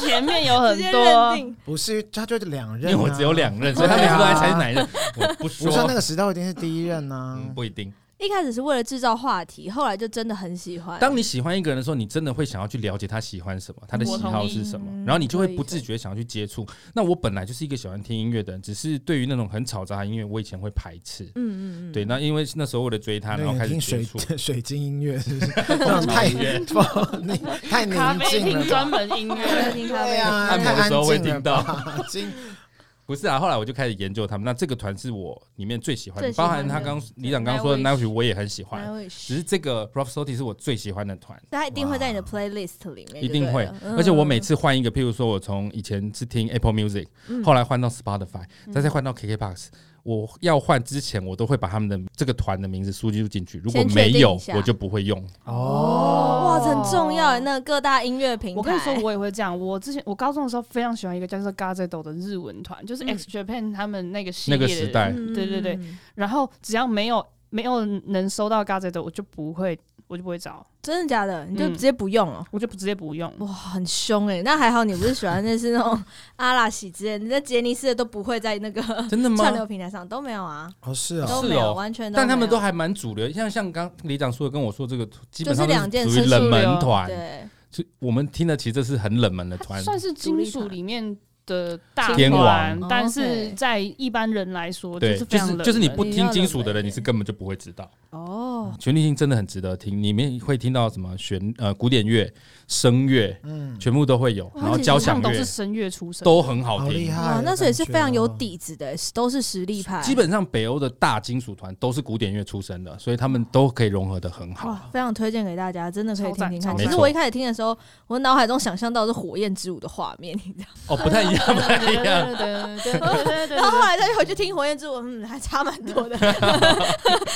S2: 前面有
S1: 直
S2: 很
S1: 接认
S2: 多，
S1: 定
S4: 不是，他就是两
S3: 因
S4: 任啊，
S3: 为我只有两任，所以他每次都在猜是哪一任，我不
S4: 我
S3: 说。
S4: 说那个时代我一定是第一任啊。
S3: 嗯，不一定。
S1: 一开始是为了制造话题，后来就真的很喜欢。嗯
S3: 当你喜欢一个人的时候，你真的会想要去了解他喜欢什么，他的喜好是什
S2: 我同
S3: 么
S1: 嗯
S2: 意，
S3: 然后你就会不自觉想要去接触。那我本来就是一个喜欢听音乐的人，只是对于那种很嘈杂的音乐，我以前会排斥。
S1: 嗯嗯嗯，
S3: 对，那因为那时候为了追他，然后
S4: 那
S3: 开
S4: 个
S3: 始
S4: 听
S3: 接
S4: 水
S3: 触。
S4: 水晶音乐是 不是？那种太太
S2: 咖
S4: 宁
S2: 啡
S4: 静
S2: 厅
S4: 了吧。
S2: 专门音乐，
S1: 听咖啡
S4: 对啊，
S3: 按摩
S4: 太
S3: 的时候会
S4: 安静了
S3: 听到
S4: 吧。静
S3: 不是啊，后来我就开始研究他们。那这个团是我里面最喜欢的，
S1: 最喜欢
S3: 包
S1: 的
S3: 含他刚李长刚说的 n i
S2: Nightwish
S3: g h 我也很喜
S1: 那
S3: 欢。
S1: 会
S3: 只是这个 Prof Soti 是我最喜欢的团，
S1: 它一定会在你的 playlist 里面，
S3: 一定会
S1: 就对了。嗯
S3: 而且我每次换一个，譬如说我从以前是听 Apple Music，
S1: 嗯
S3: 后来换到 Spotify，再再换到 KKBox。我要换之前，我都会把他们的这个团的名字输入进去，如果
S1: 先确
S3: 没
S1: 定
S3: 有
S1: 一，下
S3: 我就不会用。
S1: 哦，哇，
S2: 哦
S1: 这很重要耶，那个各大音乐平台，
S2: 我跟你说，我也会这样。我之前我高中的时候非常喜欢一个叫做 Gazetto 的日文团，就是
S1: 嗯
S2: X Japan 他们那个系
S3: 那
S2: 列
S3: 个
S2: 的
S3: 时代
S1: 嗯
S2: 对对对，
S1: 嗯
S2: 然后只要没有没有能收到 Gazetto，我就不会，我就不会找，
S1: 真的假的？你就
S2: 嗯
S1: 直接不用哦。
S2: 我就直接不用。
S1: 哇，很凶哎！那还好，你不是喜欢那是那种阿拉喜之类的，你在杰尼斯的都不会在那个
S3: 真的
S1: 串流
S3: 吗？
S1: 平台上都没有啊，
S4: 哦是哦，
S1: 都没有，
S3: 哦
S1: 完全都没有。
S3: 但他们都还蛮主流，像像刚李长说的，跟我说这个基本上
S1: 就是两件
S3: 都是属于
S1: 事
S3: 冷门团，
S1: 对，
S3: 就我们听的其实这是很冷门的
S2: 它
S3: 团，
S2: 算是金属里面的大
S3: 天王
S2: 团
S1: 哦，
S2: 但
S1: ，OK
S2: 是在一般人来说，
S3: 对，
S2: 是
S3: 就
S2: 非常
S3: 是
S2: 冷
S3: 就是你
S2: 门
S3: 不听金属的
S1: 比较冷
S3: 人，
S1: 门
S3: 你是根本就不会知道。
S2: 哦，
S3: 旋律性真的很值得听，里面会听到什么弦呃古典乐、声乐，
S4: 嗯，
S3: 全部都会有，
S1: 哇
S3: 然后
S1: 其实
S3: 交响
S2: 唱都
S3: 乐
S2: 是声乐出身，
S3: 都很好
S4: 好厉
S3: 听。
S4: 害
S1: 哇
S4: 的，感觉哦，
S1: 那时候也是非常有底子的，是都是实力派，
S3: 基本上北欧的大金属团都是古典乐出身的，所以他们都可以融合的很好。
S1: 哇，
S4: 啊
S1: 非常推荐给大家，真的可以
S2: 超赞
S1: 听听看。
S2: 超
S1: 其
S3: 赞
S1: 实我一开始听的时候，我脑海中想象到的是火焰之舞的画面，你知道吗。
S3: 哦，不太一样，不太一 样。
S1: 然后后来再回去听火焰之舞，嗯，还差蛮多 的，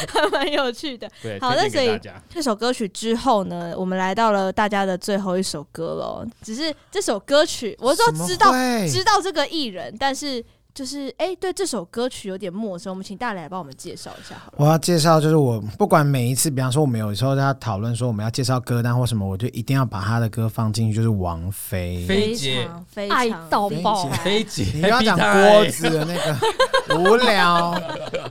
S1: 还蛮有趣的。
S3: 对，
S1: 好
S3: 推
S1: 那
S3: 荐给
S1: 所以
S3: 大家
S1: 这首歌曲之后呢，我们来到了大家的最后一首歌了。哦只是这首歌曲，我说
S4: 怎么
S1: 知道
S4: 会
S1: 知道这个艺人，但是就是哎、对这首歌曲有点陌生。我们请大磊来帮我们介绍一下好了。
S4: 我要介绍就是我不管每一次，比方说我们有时候在讨论说我们要介绍歌单或什么，我就一定要把他的歌放进去，就是王菲。
S3: 菲
S1: 非
S3: 姐
S1: 常非
S2: 爱
S1: 常
S2: 到爆
S4: 非，常
S3: 飞姐，
S4: 你又要讲
S3: Happy Time
S4: 锅子的那个无聊，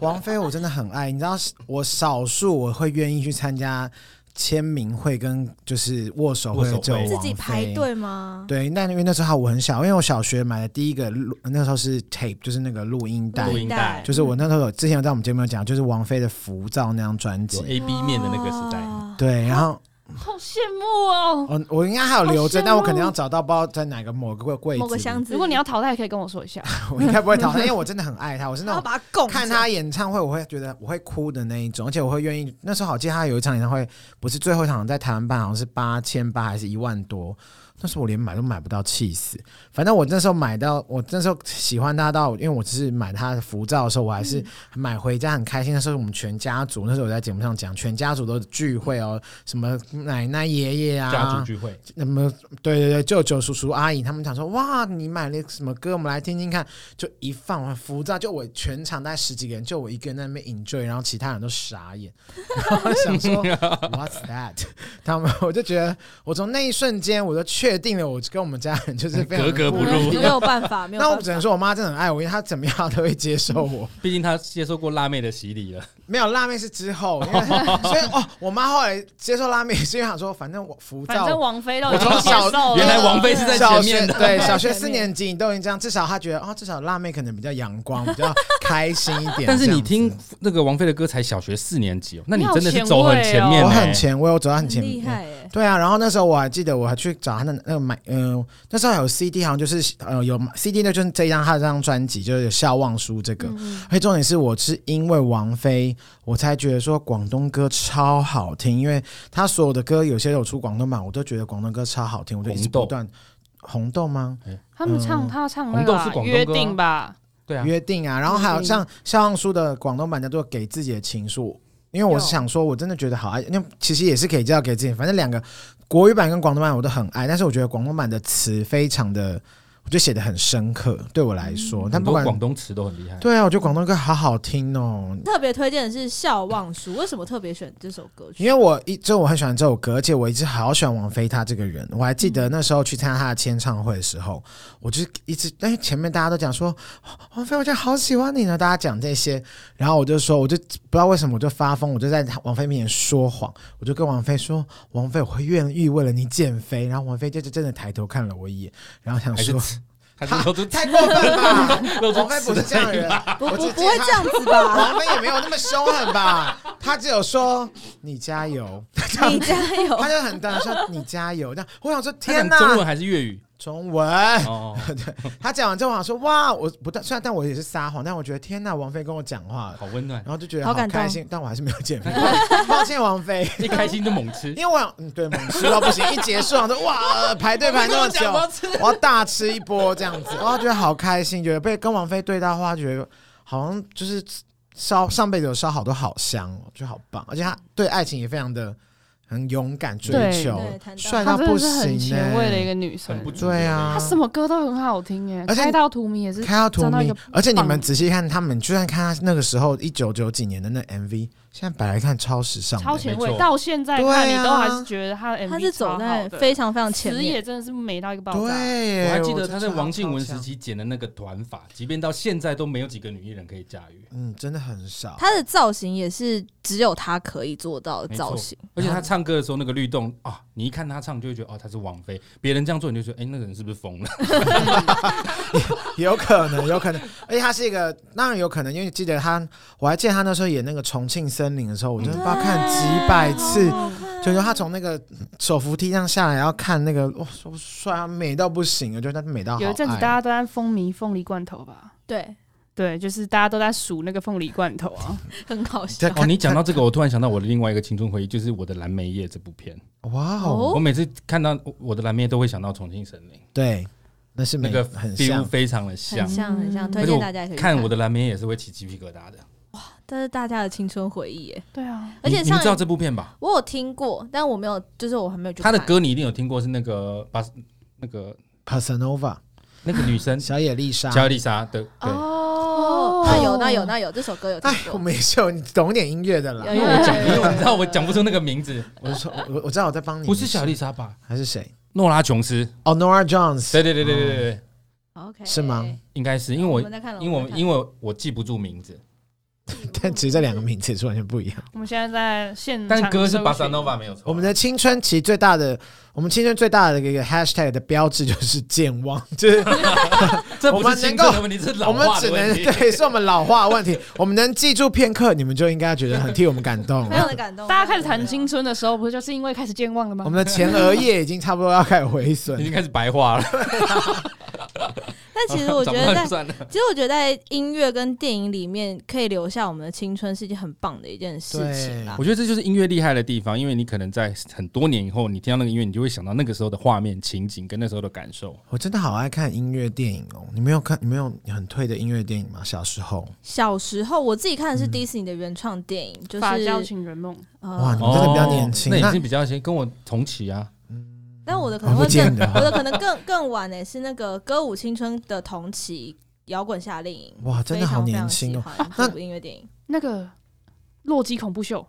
S4: 王菲我真的很爱，你知道我少数我会愿意去参加签名会跟就是握手会
S3: 握手
S4: 的
S3: 会
S4: 只有王菲
S1: 自己排。队吗？
S4: 对，那因为那时候我很小，因为我小学买的第一个录，那时候是 tape，就是那个录音带
S3: 录，音带
S4: 就是
S1: 啊
S4: 我那时候有之前有在我们节目有讲，就是王菲的《浮躁》那张专
S3: 有
S1: 哎
S4: 辑。
S3: A B 面的那个时代，
S1: 哇
S4: 对，然后
S2: 好羡慕哦。
S4: 我我应该还有留着，
S2: 好羡慕
S4: 但我可能要找到不知道在哪个某个柜
S1: 哦某个
S4: 柜子
S1: 箱
S4: 里，
S1: 子，
S2: 如果你要淘汰，可以跟我说一下。
S4: 我应该不会讨厌，因为我真的很爱她，我是
S1: 然
S4: 那
S1: 后
S4: 种
S1: 把它拱着
S4: 看她演唱会我会觉得我会哭的那一种，而且我会愿意。那时候好记得她有一场演唱会，不是最后一场在台湾办，好像是八千八还是一万多。那时候我连买都买不到，气死！反正我那时候买到，我那时候喜欢她到，因为我只是买她的浮躁的时候，我还是买回家很开心。那时候我们全家族，那时候我在节目上讲，全家族都聚会哦，什么奶奶、爷爷啊，
S3: 家族聚会，
S4: 那么，对对对，舅舅、叔叔、阿姨他们想说，哇，你买了什么歌？我们来听听看。就一放完浮躁，就我全场大概十几个人，就我一个人在那边 enjoy，然后其他人都傻眼，然后想说 What's that？他们我就觉得，我从那一瞬间我就确定了，我跟我们家人就是非常
S3: 格 格不
S4: 一样
S3: 入
S1: 没有办法，没有办法。
S4: 那我只能说，我妈真的很爱我，因为她怎么样都会接受我。
S3: 毕竟他接受过辣妹的洗礼了。
S4: 没有辣妹是之后，因为所以哦，我妈后来接受辣妹是因为她说，反正我浮
S2: 反
S4: 躁，
S2: 正王菲都已
S4: 我
S2: 经
S4: 从
S2: 接
S4: 小
S2: 受了，
S3: 原来王菲是在
S4: 小
S3: 前
S4: 学
S3: 面的，
S4: 对，
S1: 对
S4: 小学
S1: 前
S4: 四
S1: 面
S4: 年级你都已经这样，至少他觉得哦，至少辣妹可能比较阳光，比 较开心一点。
S3: 但是
S4: 这
S3: 你
S4: 样
S3: 听
S4: 子，哦
S3: 那个王菲的歌才小学四年级哦，那你
S2: 你好
S3: 真的是
S2: 前
S3: 走很
S2: 卫
S3: 前
S2: 哦
S3: 面，欸
S4: 我很，前卫，我走到很
S1: 很
S4: 前
S1: 厉
S4: 面。
S1: 害哎、
S4: 对啊，然后那时候我还记得，我还去找他的那个买，嗯、那时候还有 CD，好像就是呃有 CD 的，就是这一张他这张专辑，就是《笑忘书》这
S1: 嗯
S4: 个。而且重点是我是因为王菲，我才觉得说广东歌超好听，因为她所有的歌有些有出广东版，我都觉得广东歌超好听，我就一直
S3: 红豆
S4: 不断红豆吗？
S2: 他们
S4: 嗯
S2: 唱他唱那
S3: 红豆
S2: 个
S3: 是
S2: 啊
S3: 广东歌啊
S2: 约定吧，
S3: 对啊，
S4: 约定啊，然后还有像肖望书的广东版叫做《给自己的情书》，因为我是想说，我真的觉得好爱，那其实也是可以叫给自己，反正两个国语版跟广东版我都很爱，但是我觉得广东版的词非常的，我觉得写的很深刻，对我来说，但
S3: 很
S4: 不
S3: 多
S4: 管
S3: 广东词都很厉害。
S4: 对啊，我觉得广东歌好好听哦。
S1: 特别推荐的是《笑忘书》，为什么特别选这首歌曲？
S4: 因为我一就我很喜欢这首歌，而且我一直好喜欢王菲她这个人。我还记得那时候去参加她的签唱会的时候，我就一直哎前面大家都讲说哦王菲，我真的好喜欢你呢，大家讲这些，然后我就说，我就不知道为什么我就发疯，我就在王菲面前说谎，我就跟王菲说，王菲，我会愿意为了你减肥。然后王菲就就真的抬头看了我一眼，然后想
S3: 还是
S4: 说。
S3: 还是都是
S4: 太过分了吧！ 王菲不是这样的人，
S1: 不
S4: 我
S1: 不
S4: 只
S1: 不会这样子 吧？
S4: 王菲也没有那么凶狠吧？她只有说你加油，
S1: 你加油！
S4: 他就很大声说：“你加油！”这样，我想说：“
S3: 他
S4: 天
S3: 讲
S4: 哪！”
S3: 中文还是粤语？
S4: 中文
S3: 哦，
S4: 他讲完之后，我想说：“哇！”我不但虽然但我也是撒谎，但我觉得天哪，王菲跟我讲话了，
S3: 好温暖
S4: 然，后就觉得
S1: 好
S4: 好
S1: 感动
S4: 开心，但我还是没有减肥，抱歉王菲，
S3: 一开心就猛吃
S4: 因。为我想，嗯，对，猛吃到不行，一结束我说：“哇，排队排那么久，我要大吃一波这样子。”然后觉得好开心，觉得被跟王菲对到话，觉得好像就是烧上辈子有烧好多好香哦，就好棒，而且他对爱情也非常的。很勇敢追
S2: 对
S4: 求
S1: 对谈，到
S4: 帅
S2: 她
S4: 到
S2: 真的
S4: 不
S2: 是
S4: 行、欸，
S2: 很前卫的一个女生
S3: 很，不主流
S4: 对啊，
S2: 她什么歌都很好听哎，
S4: 而且
S2: 开到荼蘼也是
S4: 开欸到荼
S2: 找到一
S4: 蘼
S2: 个，
S4: 而且你们
S2: 棒
S4: 仔细看他们，就算看他那个时候一九九几年的那 MV，现在摆来看超时尚的，
S2: 超前
S3: 没
S2: 卫，
S3: 错
S2: 到现在看
S4: 对啊
S2: 你都还是觉得她的 MV
S1: 啊他是走在
S2: 超好的
S1: 非常非常前
S2: 词
S1: 面，
S2: 也真的是美到一个爆炸。
S4: 对，
S3: 我还记
S4: 哎真
S3: 得
S4: 的
S3: 他在
S4: 超
S3: 王静文时
S4: 超强，
S3: 期剪的那个短发，即便到现在都没有几个女艺人可以驾驭。
S4: 嗯，真的很少。
S1: 他的造型也是只有他可以做到的
S3: 没错
S1: 造型。
S3: 而且她唱歌的时候那个律动啊，你一看她唱就会觉得哦，她是王菲。别人这样做你就觉得哎，那个人是不是疯 了？
S4: 有可能，有可能，而且他是一个，当然有可能，因为记得他，我还记得他那时候演那个《重庆森林》的时候，我真的不知道看几百次。
S2: 哦啊
S4: 就是他从那个手扶梯上下来，然后看那个哇，说不帅啊，美到不行，我觉得他美到好
S2: 有一阵子
S4: 爱
S2: 大家都在风靡凤梨罐头吧？
S1: 对，
S2: 对，就是大家都在数那个凤梨罐头 啊。
S1: 很好笑
S4: 在。
S3: 哦，
S4: 看
S3: 你讲到这个，我突然想到我的另外一个青春回忆，就是我的《蓝莓夜》这部片。
S4: 哇哦，
S1: 哦
S3: 我，每次看到我的《蓝莓夜》，都会想到《重庆森林》，
S4: 对，那是美
S3: 那个
S4: 很
S3: feel
S4: 像，
S3: 非常的
S1: 很
S3: 像。
S1: 像很像，
S2: 嗯
S1: 推
S3: 而且
S1: 荐
S3: 我
S1: 大家也可以去
S3: 看我的《蓝莓夜》也是会起鸡皮疙瘩的。
S1: 这是大家的青春回忆耶。
S2: 对啊，
S1: 而且
S3: 你你
S1: 上
S3: 们
S1: 一
S3: 知道这部片吧？
S1: 我有听过，但我没有，就是我还没有去
S3: 他的
S1: 看
S3: 歌你一定有听过，是那个把那个
S4: Pasanova
S3: 那个女生
S4: 小野丽莎。
S3: 乔丽莎的对。
S2: 哦
S1: 哦，那有那有那有，这首歌有听
S4: 哎，我
S1: 过。
S4: 们也是有你懂点音乐的啦
S1: 有。
S3: 因为我讲，因为我知道我讲不 出那个名字，
S4: 我就说，我我知道我在帮你，
S3: 不是小丽莎吧？
S4: 还是谁？
S3: 诺拉琼斯，
S4: 哦，Nora Jones
S3: 对对对对对对对，
S1: OK，
S4: 是吗？
S3: 应该是因为
S1: 我嗯
S3: 我
S1: 们在看了，
S3: 因为我
S1: 们在看
S3: 因为我记不住名字，
S4: 但其实这两个名字也是完全不一样。
S2: 我们现在在现场，
S3: 但歌是巴萨诺。瓦没有错。
S4: 我们的青春其实最大的，我们青春最大的一个 hashtag 的标志就是健忘， 就是
S3: 这不是
S4: 我们能
S3: 青春
S4: 够
S3: 的问题，是
S4: 我
S3: 老
S4: 们
S3: 化
S4: 只
S3: 的
S4: 能
S3: 问题。
S4: 对，是我们老化的问题。我们能记住片刻，你们就应该觉得很替我们感 动
S1: 非常
S4: 了。
S1: 的感动。
S2: 大家开始谈青春的时候，不是就是因为开始健忘了吗
S4: 我？们的前额叶已经差不多要开始毁
S3: 已经
S4: 损，
S3: 开始白化了，
S1: 但其实我觉
S3: 长
S1: 得
S3: 不大
S1: 在
S3: 就算了。
S1: 其实我觉得在音乐跟电影里面可以留下我们的青春是一件很棒的一件事情啦
S3: 我。觉得这就是音乐厉害的地方，因为你可能在很多年以后，你听到那个音乐，你就会想到那个时候的画面、情景跟那时候的感受。
S4: 我真的好爱看音乐电影哦。你没有看，你没有很退的音乐电影吗？小时候，
S1: 小时候我自己看的是
S3: 嗯
S1: 迪士尼的原创电影，就
S2: 法教
S1: 是
S2: 情人梦，
S1: 呃
S4: 哇你们真的比较年轻
S3: 哦那
S4: 那
S3: 你是比较先跟我同期啊。
S1: 但我的可
S4: 哦
S1: 能
S4: 不
S1: 会
S4: 见
S1: 更，
S4: 得
S1: 我的可能更更晚呢、是那个歌舞青春的同期摇滚夏令营。
S4: 哇，真的好年轻哦。
S1: 非常非常喜欢这部音乐电影，
S2: 那个洛基恐怖秀，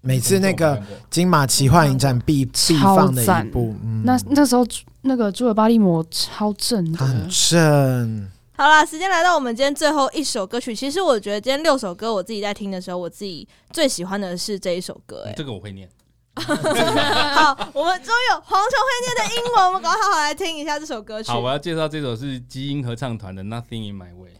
S4: 每次那
S3: 我
S4: 个
S3: 看过
S4: 金马奇幻影展必必放的
S2: 超
S4: 一部，嗯，
S2: 那那时候那个朱尔巴利摩超正
S4: 它很
S2: 的，
S4: 正。
S1: 好啦，时间来到我们今天最后一首歌曲。其实我觉得今天六首歌，我自己在听的时候，我自己最喜欢的是这一首歌、欸。
S3: 这个我会念。
S1: 好，我们终于有黄琼慧念的英文，我们赶快好好来听一下这首歌曲。
S3: 好，我要介绍这首是基因合唱团的《Nothing in My Way》。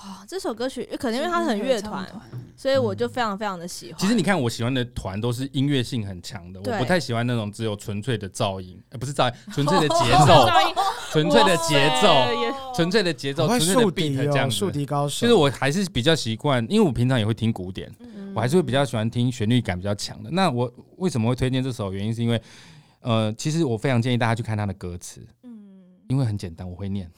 S1: 哦这首歌曲可能因为它很乐团，所以我就非常非常的喜欢。
S3: 其实你看，我喜欢的团都是音乐性很强的，
S1: 对
S3: 我不太喜欢那种只有纯粹的噪音，呃、不 是噪音，纯粹的节奏，纯粹的节奏，纯粹的节奏，
S4: 我会
S3: 纯粹的
S4: 竖
S3: beat
S4: 笛
S3: 这样
S4: 哦，竖
S3: 子。
S4: 笛高手。
S3: 就是我还是比较习惯，因为我平常也会听古典，
S1: 嗯
S3: 我还是会比较喜欢听旋律感比较强的。那我为什么会推荐这首？原因是因为，呃，其实我非常建议大家去看它的歌词，
S1: 嗯
S3: 因为很简单，我会念。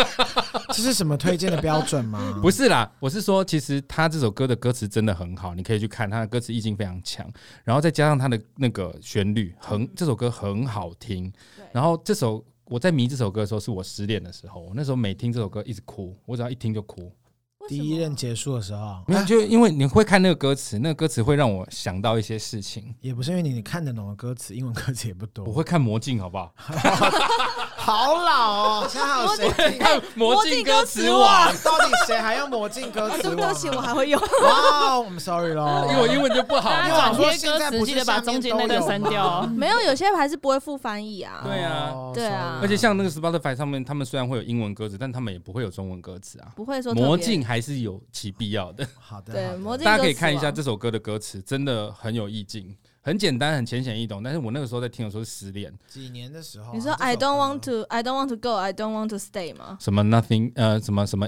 S4: 这是什么推荐的标准 吗？
S3: 不是啦，我是说，其实他这首歌的歌词真的很好，你可以去看他的歌词意境非常强，然后再加上他的那个旋律，很这首歌很好听
S1: 对。
S3: 然后这首我在迷这首歌的时候，是我失恋的时候，我那时候每听这首歌一直哭，我只要一听就哭。
S1: 为什
S4: 第
S1: 么
S4: 一任结束的时候，
S3: 没有，
S4: 啊
S3: 就因为你会看那个歌词，那个歌词会让我想到一些事情。
S4: 也不是因为你看得懂的歌词，英文歌词也不多。
S1: 嗯
S3: 我会看魔镜，好不好？
S4: 好老哦，现在还有谁听？
S3: 看
S1: 魔镜歌词网，
S4: 到底谁还用魔镜歌
S1: 啊对
S4: 词网、
S1: 不起，我还会用。
S4: 哇，我们 sorry 咯。
S3: 因为我英文就 不好
S2: 大
S4: 因
S2: 家
S3: 嘛。
S4: 为我
S2: 转
S4: 想说
S2: 贴
S4: 现
S2: 歌
S4: 在
S2: 词，
S4: 不是
S2: 记得把
S4: 下面
S2: 中间那段
S4: 都有
S2: 删
S4: 吗
S2: 掉哦。
S1: 没有，有些还是不会附翻译啊。
S3: 对
S4: 哦
S3: 啊
S1: 对啊
S3: 而且像那个 Spotify 上面，他们虽然会有英文歌词，但他们也不会有中文歌词啊。
S1: 不会说特别
S3: 魔镜还是有其必要的。
S4: 好的，
S1: 对
S4: 好的
S1: 魔镜啊
S3: 大家可以看一下这首歌的歌词，真的很有意境，很简单，很浅显易懂。但是我那个时候在听的时候是失恋，
S4: 几年的
S3: 哦
S4: 时候啊，
S1: 你说
S4: 这首
S1: I don't
S4: 歌
S1: want to, I don't want to go, I don't want to stay 吗？
S3: 什么 nothing，呃，什么什么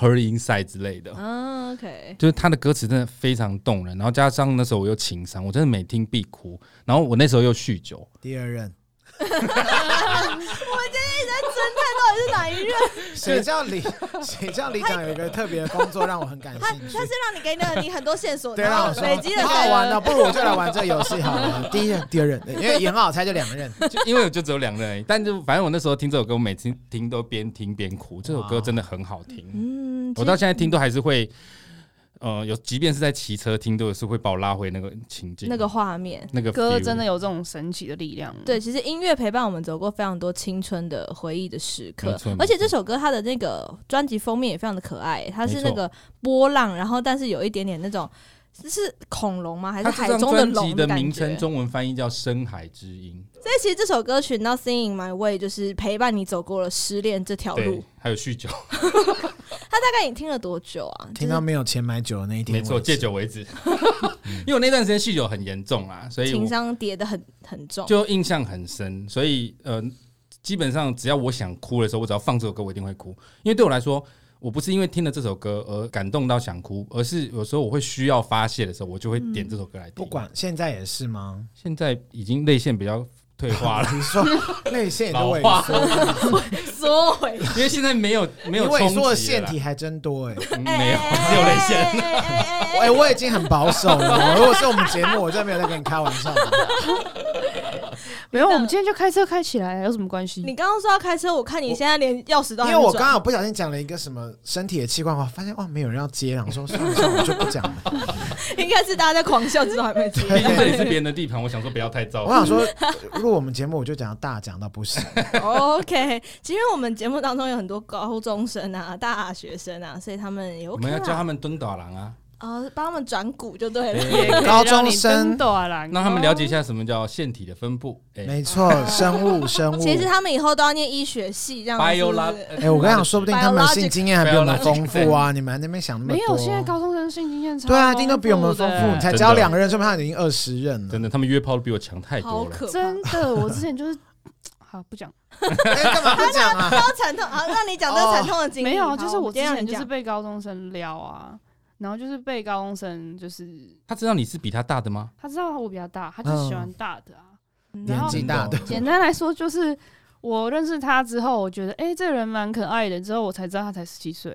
S3: her inside 之类的，
S1: 嗯，OK，
S3: 就是他的歌词真的非常动人。然后加上那时候我又情伤，我真的每听必哭。然后我那时候又酗酒，
S4: 第二任，
S1: 到底是哪一任？
S4: 谁叫李 谁叫李长有一个特别的工作让我很感兴趣
S1: 他。是让你给那个你很多线索，
S4: 对，让
S1: 然
S4: 我
S1: 后
S4: 说
S1: 累积了
S4: 好
S1: 才
S4: 好玩的，不如我就来玩这个游戏好了。第一任、第二任，因为也很好猜，就 两个人。
S3: 就因为我就只有两人而已。但就反正我那时候听这首歌，我每次听都边听边哭。这首歌真的很好听，
S1: 嗯，
S3: 我到现在听都还是会，呃，有即便是在骑车听，都是会把我拉回那个情境，
S1: 那个画面。
S3: 那个
S2: 歌
S3: feel
S2: 真的有这种神奇的力量。啊
S1: 对，，其实音乐陪伴我们走过非常多青春的回忆的时刻
S3: 没错，
S1: 而且
S3: 没错
S1: 这首歌它的那个专辑封面也非常的可爱，它是
S3: 没
S1: 那
S3: 错
S1: 个波浪，然后但是有一点点那种是恐龙吗？还是
S3: 他这
S1: 海
S3: 张
S1: 中的
S3: 专
S1: 龙
S3: 辑的
S1: 感
S3: 名
S1: 觉
S3: 称中文翻译叫《深海之音
S1: 所以其实这首歌曲《Nothing in My Way》就是陪伴你走过了失恋这条》，路
S3: 对，，还有酗酒，
S1: 他大概你听了多久啊？
S4: 听到没有钱买酒的那一天
S3: 没
S4: 为止，
S3: 错，戒酒为止。 嗯因为我那段时间酗酒很严重啊，
S1: 就
S3: 所
S1: 是
S3: 以
S1: 情
S3: 我
S1: 商跌得很很重。
S3: 就印象很深。所以呃，基本上只要我想哭的时候，我只要放这首歌，我一定会哭。因为对我来说，我不是因为听了这首歌而感动到想哭，而是有时候我会需要发泄的时候，我就会点这首歌来听。
S4: 嗯不管现在也是吗？
S3: 现在已经泪腺比较退化 了，
S4: 你说泪腺也都
S3: 老
S4: 萎
S3: 化
S4: 缩了，
S1: 缩回
S3: 因为现在没有没
S4: 你
S3: 有
S4: 萎
S3: 冲击
S4: 缩
S3: 了
S4: 的
S3: 啦
S4: 腺体还真多哎、
S3: 嗯没有，只有泪腺。
S1: 腺。
S4: 哎、我已经很保守了。如果是我们节目，我真的没有在跟你开玩 笑的。
S2: 没有，我们今天就开车开起来，有什么关系？
S1: 你刚刚说要开车，我看你现在连钥匙都
S4: 因
S1: 还
S4: 为
S1: 没
S4: 我刚
S1: 转。
S4: 好不小心讲了一个什么身体的器官，我发现哇，没有人要接了。我说算了算了，我就不讲了。
S1: 应该是大家在狂笑，知道还没出
S3: 毕竟这里是别人的地盘，我想说不要太糟
S4: 我。想说，录我们节目我就讲到大讲到不行，
S1: OK，其实我们节目当中有很多高中生啊、大学生啊，所以他们也
S3: 我
S1: OK
S3: 们要教他
S1: 啦。
S3: 们蹲倒狼啊，
S1: 哦，帮他们转股就对了。
S3: 对
S4: 高中生
S2: 让
S3: 让他们了解一。下什么叫腺体的分布。哎
S4: 没 错，生物生物。
S1: 其实他们以后都要念医学系，这样
S3: ，bio
S1: 子。
S3: 啦，
S4: 哎、我跟你讲，说不定他们
S1: Biologic-
S4: 性经验还比我们丰富啊！你们还在那边想那么
S2: 没
S4: 多？
S2: 有，现在高中生性经验差
S4: 对啊，一定都比我们丰富。你才
S3: 真
S4: 交
S3: 的
S4: 两任，说明他已经二十任了
S3: 真。的，他们约炮都比我强哎太
S1: 好
S3: 多了。
S1: 可怕！
S2: 真的，我之前就是好不讲，
S4: 哎，干嘛不讲啊？
S1: 要惨痛啊！让你讲这惨痛的经历。
S2: 没有啊，
S1: 好
S2: 就是我之
S1: 今天让
S2: 前
S1: 你
S2: 就是
S1: 讲。
S2: 被高中生撩啊，然后就是被高中生就是
S3: 他知道你是比他大的吗？
S2: 他知道我比较大，他就是喜欢大的啊。然
S4: 年
S2: 后
S4: 纪大的，
S2: 简单来说就是。我认识他之后，我觉得哎、这个人蛮可爱的。之后我才知道他才十七岁，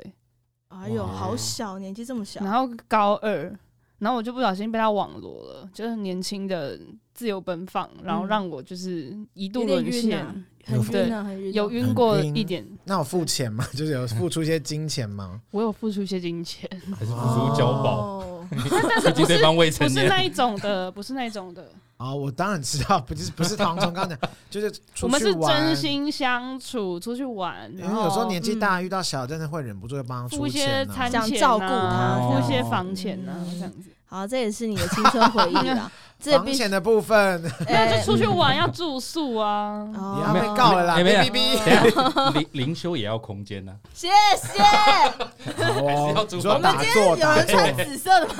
S1: 哎呦，
S3: 哇
S1: 好小，年纪这么小。
S2: 然后高二，然后我就不小心被他网罗了，就是年轻的自由奔放，然后
S1: 嗯
S2: 让我就是一度
S1: 有点
S2: 沦
S1: 晕
S2: 陷，
S1: 啊，很晕啊，很晕啊。
S2: 有晕
S4: 很
S2: 过
S4: 晕
S2: 一点，
S4: 那我付钱吗？ 就是有付出一些金钱吗？
S2: 我有付出一些金钱，
S3: 还是付出交保？
S1: 哦。
S3: 毕竟对方未
S2: 不
S3: 成
S2: 是
S3: 年。
S2: 那一种的，不是那一种的，
S4: 啊、我当然知道，不是不是唐从刚讲，就是出
S2: 我们
S4: 去
S2: 是
S4: 玩
S2: 真。心相处，出去玩，
S4: 因
S2: 然
S4: 为
S2: 后
S4: 有时候年纪
S2: 嗯
S4: 大，遇到小，真的会忍不住会帮他
S2: 付
S4: 出
S2: 一些
S4: 钱、啊。
S2: 餐
S1: 想
S2: 钱
S1: 照顾
S2: 啊
S3: 他
S2: 付一
S3: 这
S2: 些
S3: 样
S2: 房钱啊，
S1: 嗯
S2: 这样子。
S1: 好，这也是你的青春回忆 啦。这
S4: 房
S1: 必须
S4: 钱的部分，你
S2: 那
S1: 哎
S2: 就出去玩要住宿啊，
S4: 要
S1: 哦
S4: 被告了啦！
S3: 没没
S4: 哔
S3: 没
S4: 哔哔。
S3: 等一下 灵灵修也要空间啊呐，
S1: 谢谢。
S4: 好
S3: 还是要
S4: 哦，
S3: 租
S4: 你说
S3: 房
S4: 打
S1: 有
S4: 坐打
S1: 人
S4: 坐，
S1: 穿紫色的吗？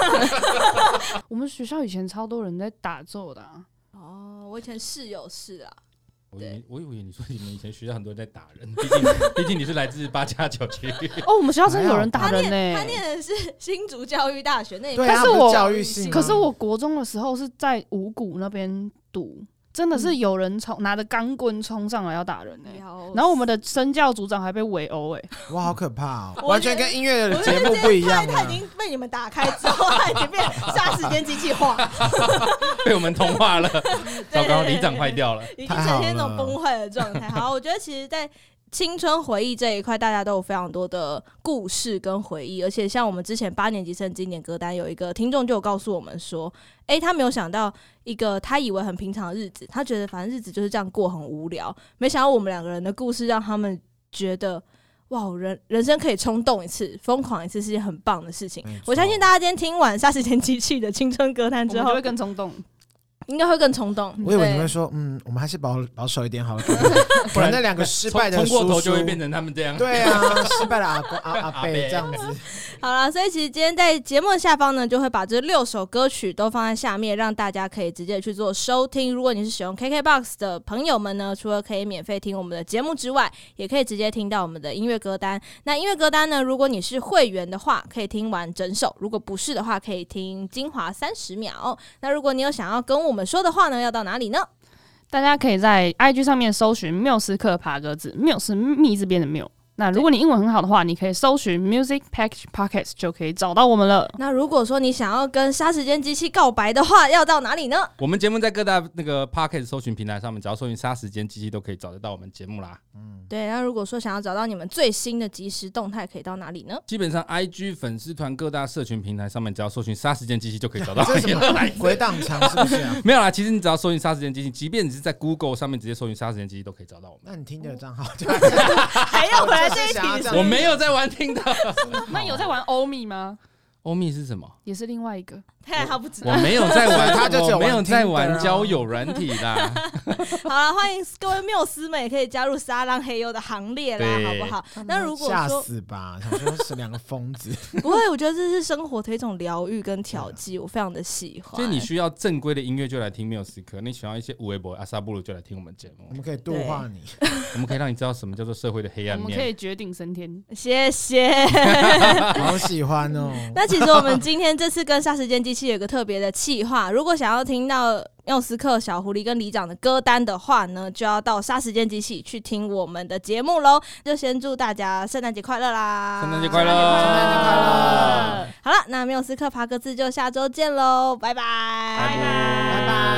S2: 我们学校以前超多人在打坐的、啊，
S1: 哦，我以前室友是啊，
S3: 我以
S1: 对
S3: 为我以为你说你们以前学校很多人在打人，毕竟 毕竟你是来自八加九区，
S2: 哦，我们学校真的有人打
S1: 他
S2: 人欸
S1: 念
S2: 呢、
S1: 他念的是新竹教育大学，那也
S4: 对
S2: 但
S4: 啊，
S2: 是
S4: 他不
S2: 我
S4: 教育性吗。
S2: 可是我国中的时候是在五谷那边读，真的是有人冲拿着钢棍冲上来要打人呢、
S1: 聊
S2: 然后我们的身教组长还被围殴 哎，
S4: 哇，好可怕哦！
S1: 我
S4: 完全
S1: 觉得
S4: 跟音乐的节目不一样
S1: 他他
S4: 啊
S1: 已！经被你们打开之后，他已经变 杀时间机器化，
S3: 被我们同化 了，糟糕，
S1: 对对对
S3: 里长坏掉了。
S1: 已经呈现那种崩坏的状态。好，我觉得其实，在青春回忆这一块，大家都有非常多的故事跟回忆，而且像我们之前八年级生经典歌单，有一个听众就有告诉我们说，诶，他没有想到一个他以为很平常的日子，他觉得反正日子就是这样过很无聊，没想到我们两个人的故事让他们觉得。哇，人人生可以冲动一次，疯狂一次是件很棒的事情
S4: 没错。
S1: 我相信大家今天听完《杀时间机器》的青春歌单
S2: 我
S1: 之
S2: 们就
S1: 后
S2: 会，更冲动。
S1: 应该会更冲动。
S4: 我以为你
S1: 对
S4: 会说，嗯，我们还是保保守一 点好了，不然那两个失败的
S3: 冲冲过头
S4: 叔叔
S3: 就会变成他们这样。
S4: 对啊，失败的阿公阿阿伯
S3: 阿伯
S4: 这样子，。
S1: 好了，所以其实今天在节目的下方呢，就会把这六首歌曲都放在下面，让大家可以直接去做收听。如果你是使用 KKBOX 的朋友们呢，除了可以免费听我们的节目之外，也可以直接听到我们的音乐歌单。那音乐歌单呢，如果你是会员的话，可以听完整首；如果不是的话，可以听精华三十秒。那如果你有想要跟我们说的话呢，要到哪里呢？
S2: 大家可以在 IG 上面搜寻缪斯克爬格子，缪是密这边的缪。那如果你英文很好的话，你可以搜寻 Music Package Pockets 就可以找到我们了。
S1: 那如果说你想要跟杀时间机器告白的话，要到哪里呢？
S3: 我们节目在各大那个 p o c k e t 搜寻平台上面，只要搜寻“杀时间机器”都可以找得到我们节目啦。
S1: 对，那如果说想要找到你们最新的即时动态，可以到哪里呢？
S3: 基本上，IG 粉丝团各大社群平台上面，只要搜寻“杀时间机器”就可以找到
S4: 这是什么鬼挡墙是不是啊？
S3: 没有啦，其实你只要搜寻“杀时间机器”，即便你是在 Google 上面直接搜寻“杀时间机器”，都可以找到我们。
S4: 那你听的账号，
S1: 还要回来这一
S4: 我就是想要
S1: 题
S4: 这
S1: 是啊
S4: 样
S1: 不
S3: 我
S1: 是
S3: 没有在玩听的，
S2: 那有在玩欧米吗？
S3: 欧密是什么？
S2: 也是另外一个。
S1: 太他不知
S3: 我
S1: 道。
S3: 没有在玩，
S4: 他就只有
S3: 我没有
S4: 玩
S3: 在
S4: Tinder
S3: 玩
S4: 啊
S3: 交友软体啦。
S1: 好了，欢迎各位缪斯们也可以加入沙浪黑优的行列啦，好
S3: 对
S1: 不好？那如果
S4: 吓
S1: 说
S4: 死吧！想说是两个疯子，
S1: 不会，我觉得这是生活的一种疗愈跟调剂，
S4: 啊
S1: 我非常的喜欢。
S3: 就是你需要正规的音乐就来听缪斯科，你喜欢一些微博阿萨布鲁就来听我们节目
S4: 我，们可以度化你。
S3: 我们可以让你知道什么叫做社会的黑
S2: 我
S3: 暗
S2: 们可
S3: 面。
S2: 以绝顶升天。
S1: 谢谢。
S4: 好喜欢哦！
S1: 那其实我们今天这次跟杀时间机器有一个特别的企划，如果想要听到缪斯克、小狐狸跟里长的歌单的话呢，就要到杀时间机器去听我们的节目喽。就先祝大家圣诞节快乐啦！
S3: 圣诞节快乐！
S2: 诞节快乐
S1: 好了，那缪斯克爬格子就下周见喽，拜拜，
S3: 拜拜拜拜。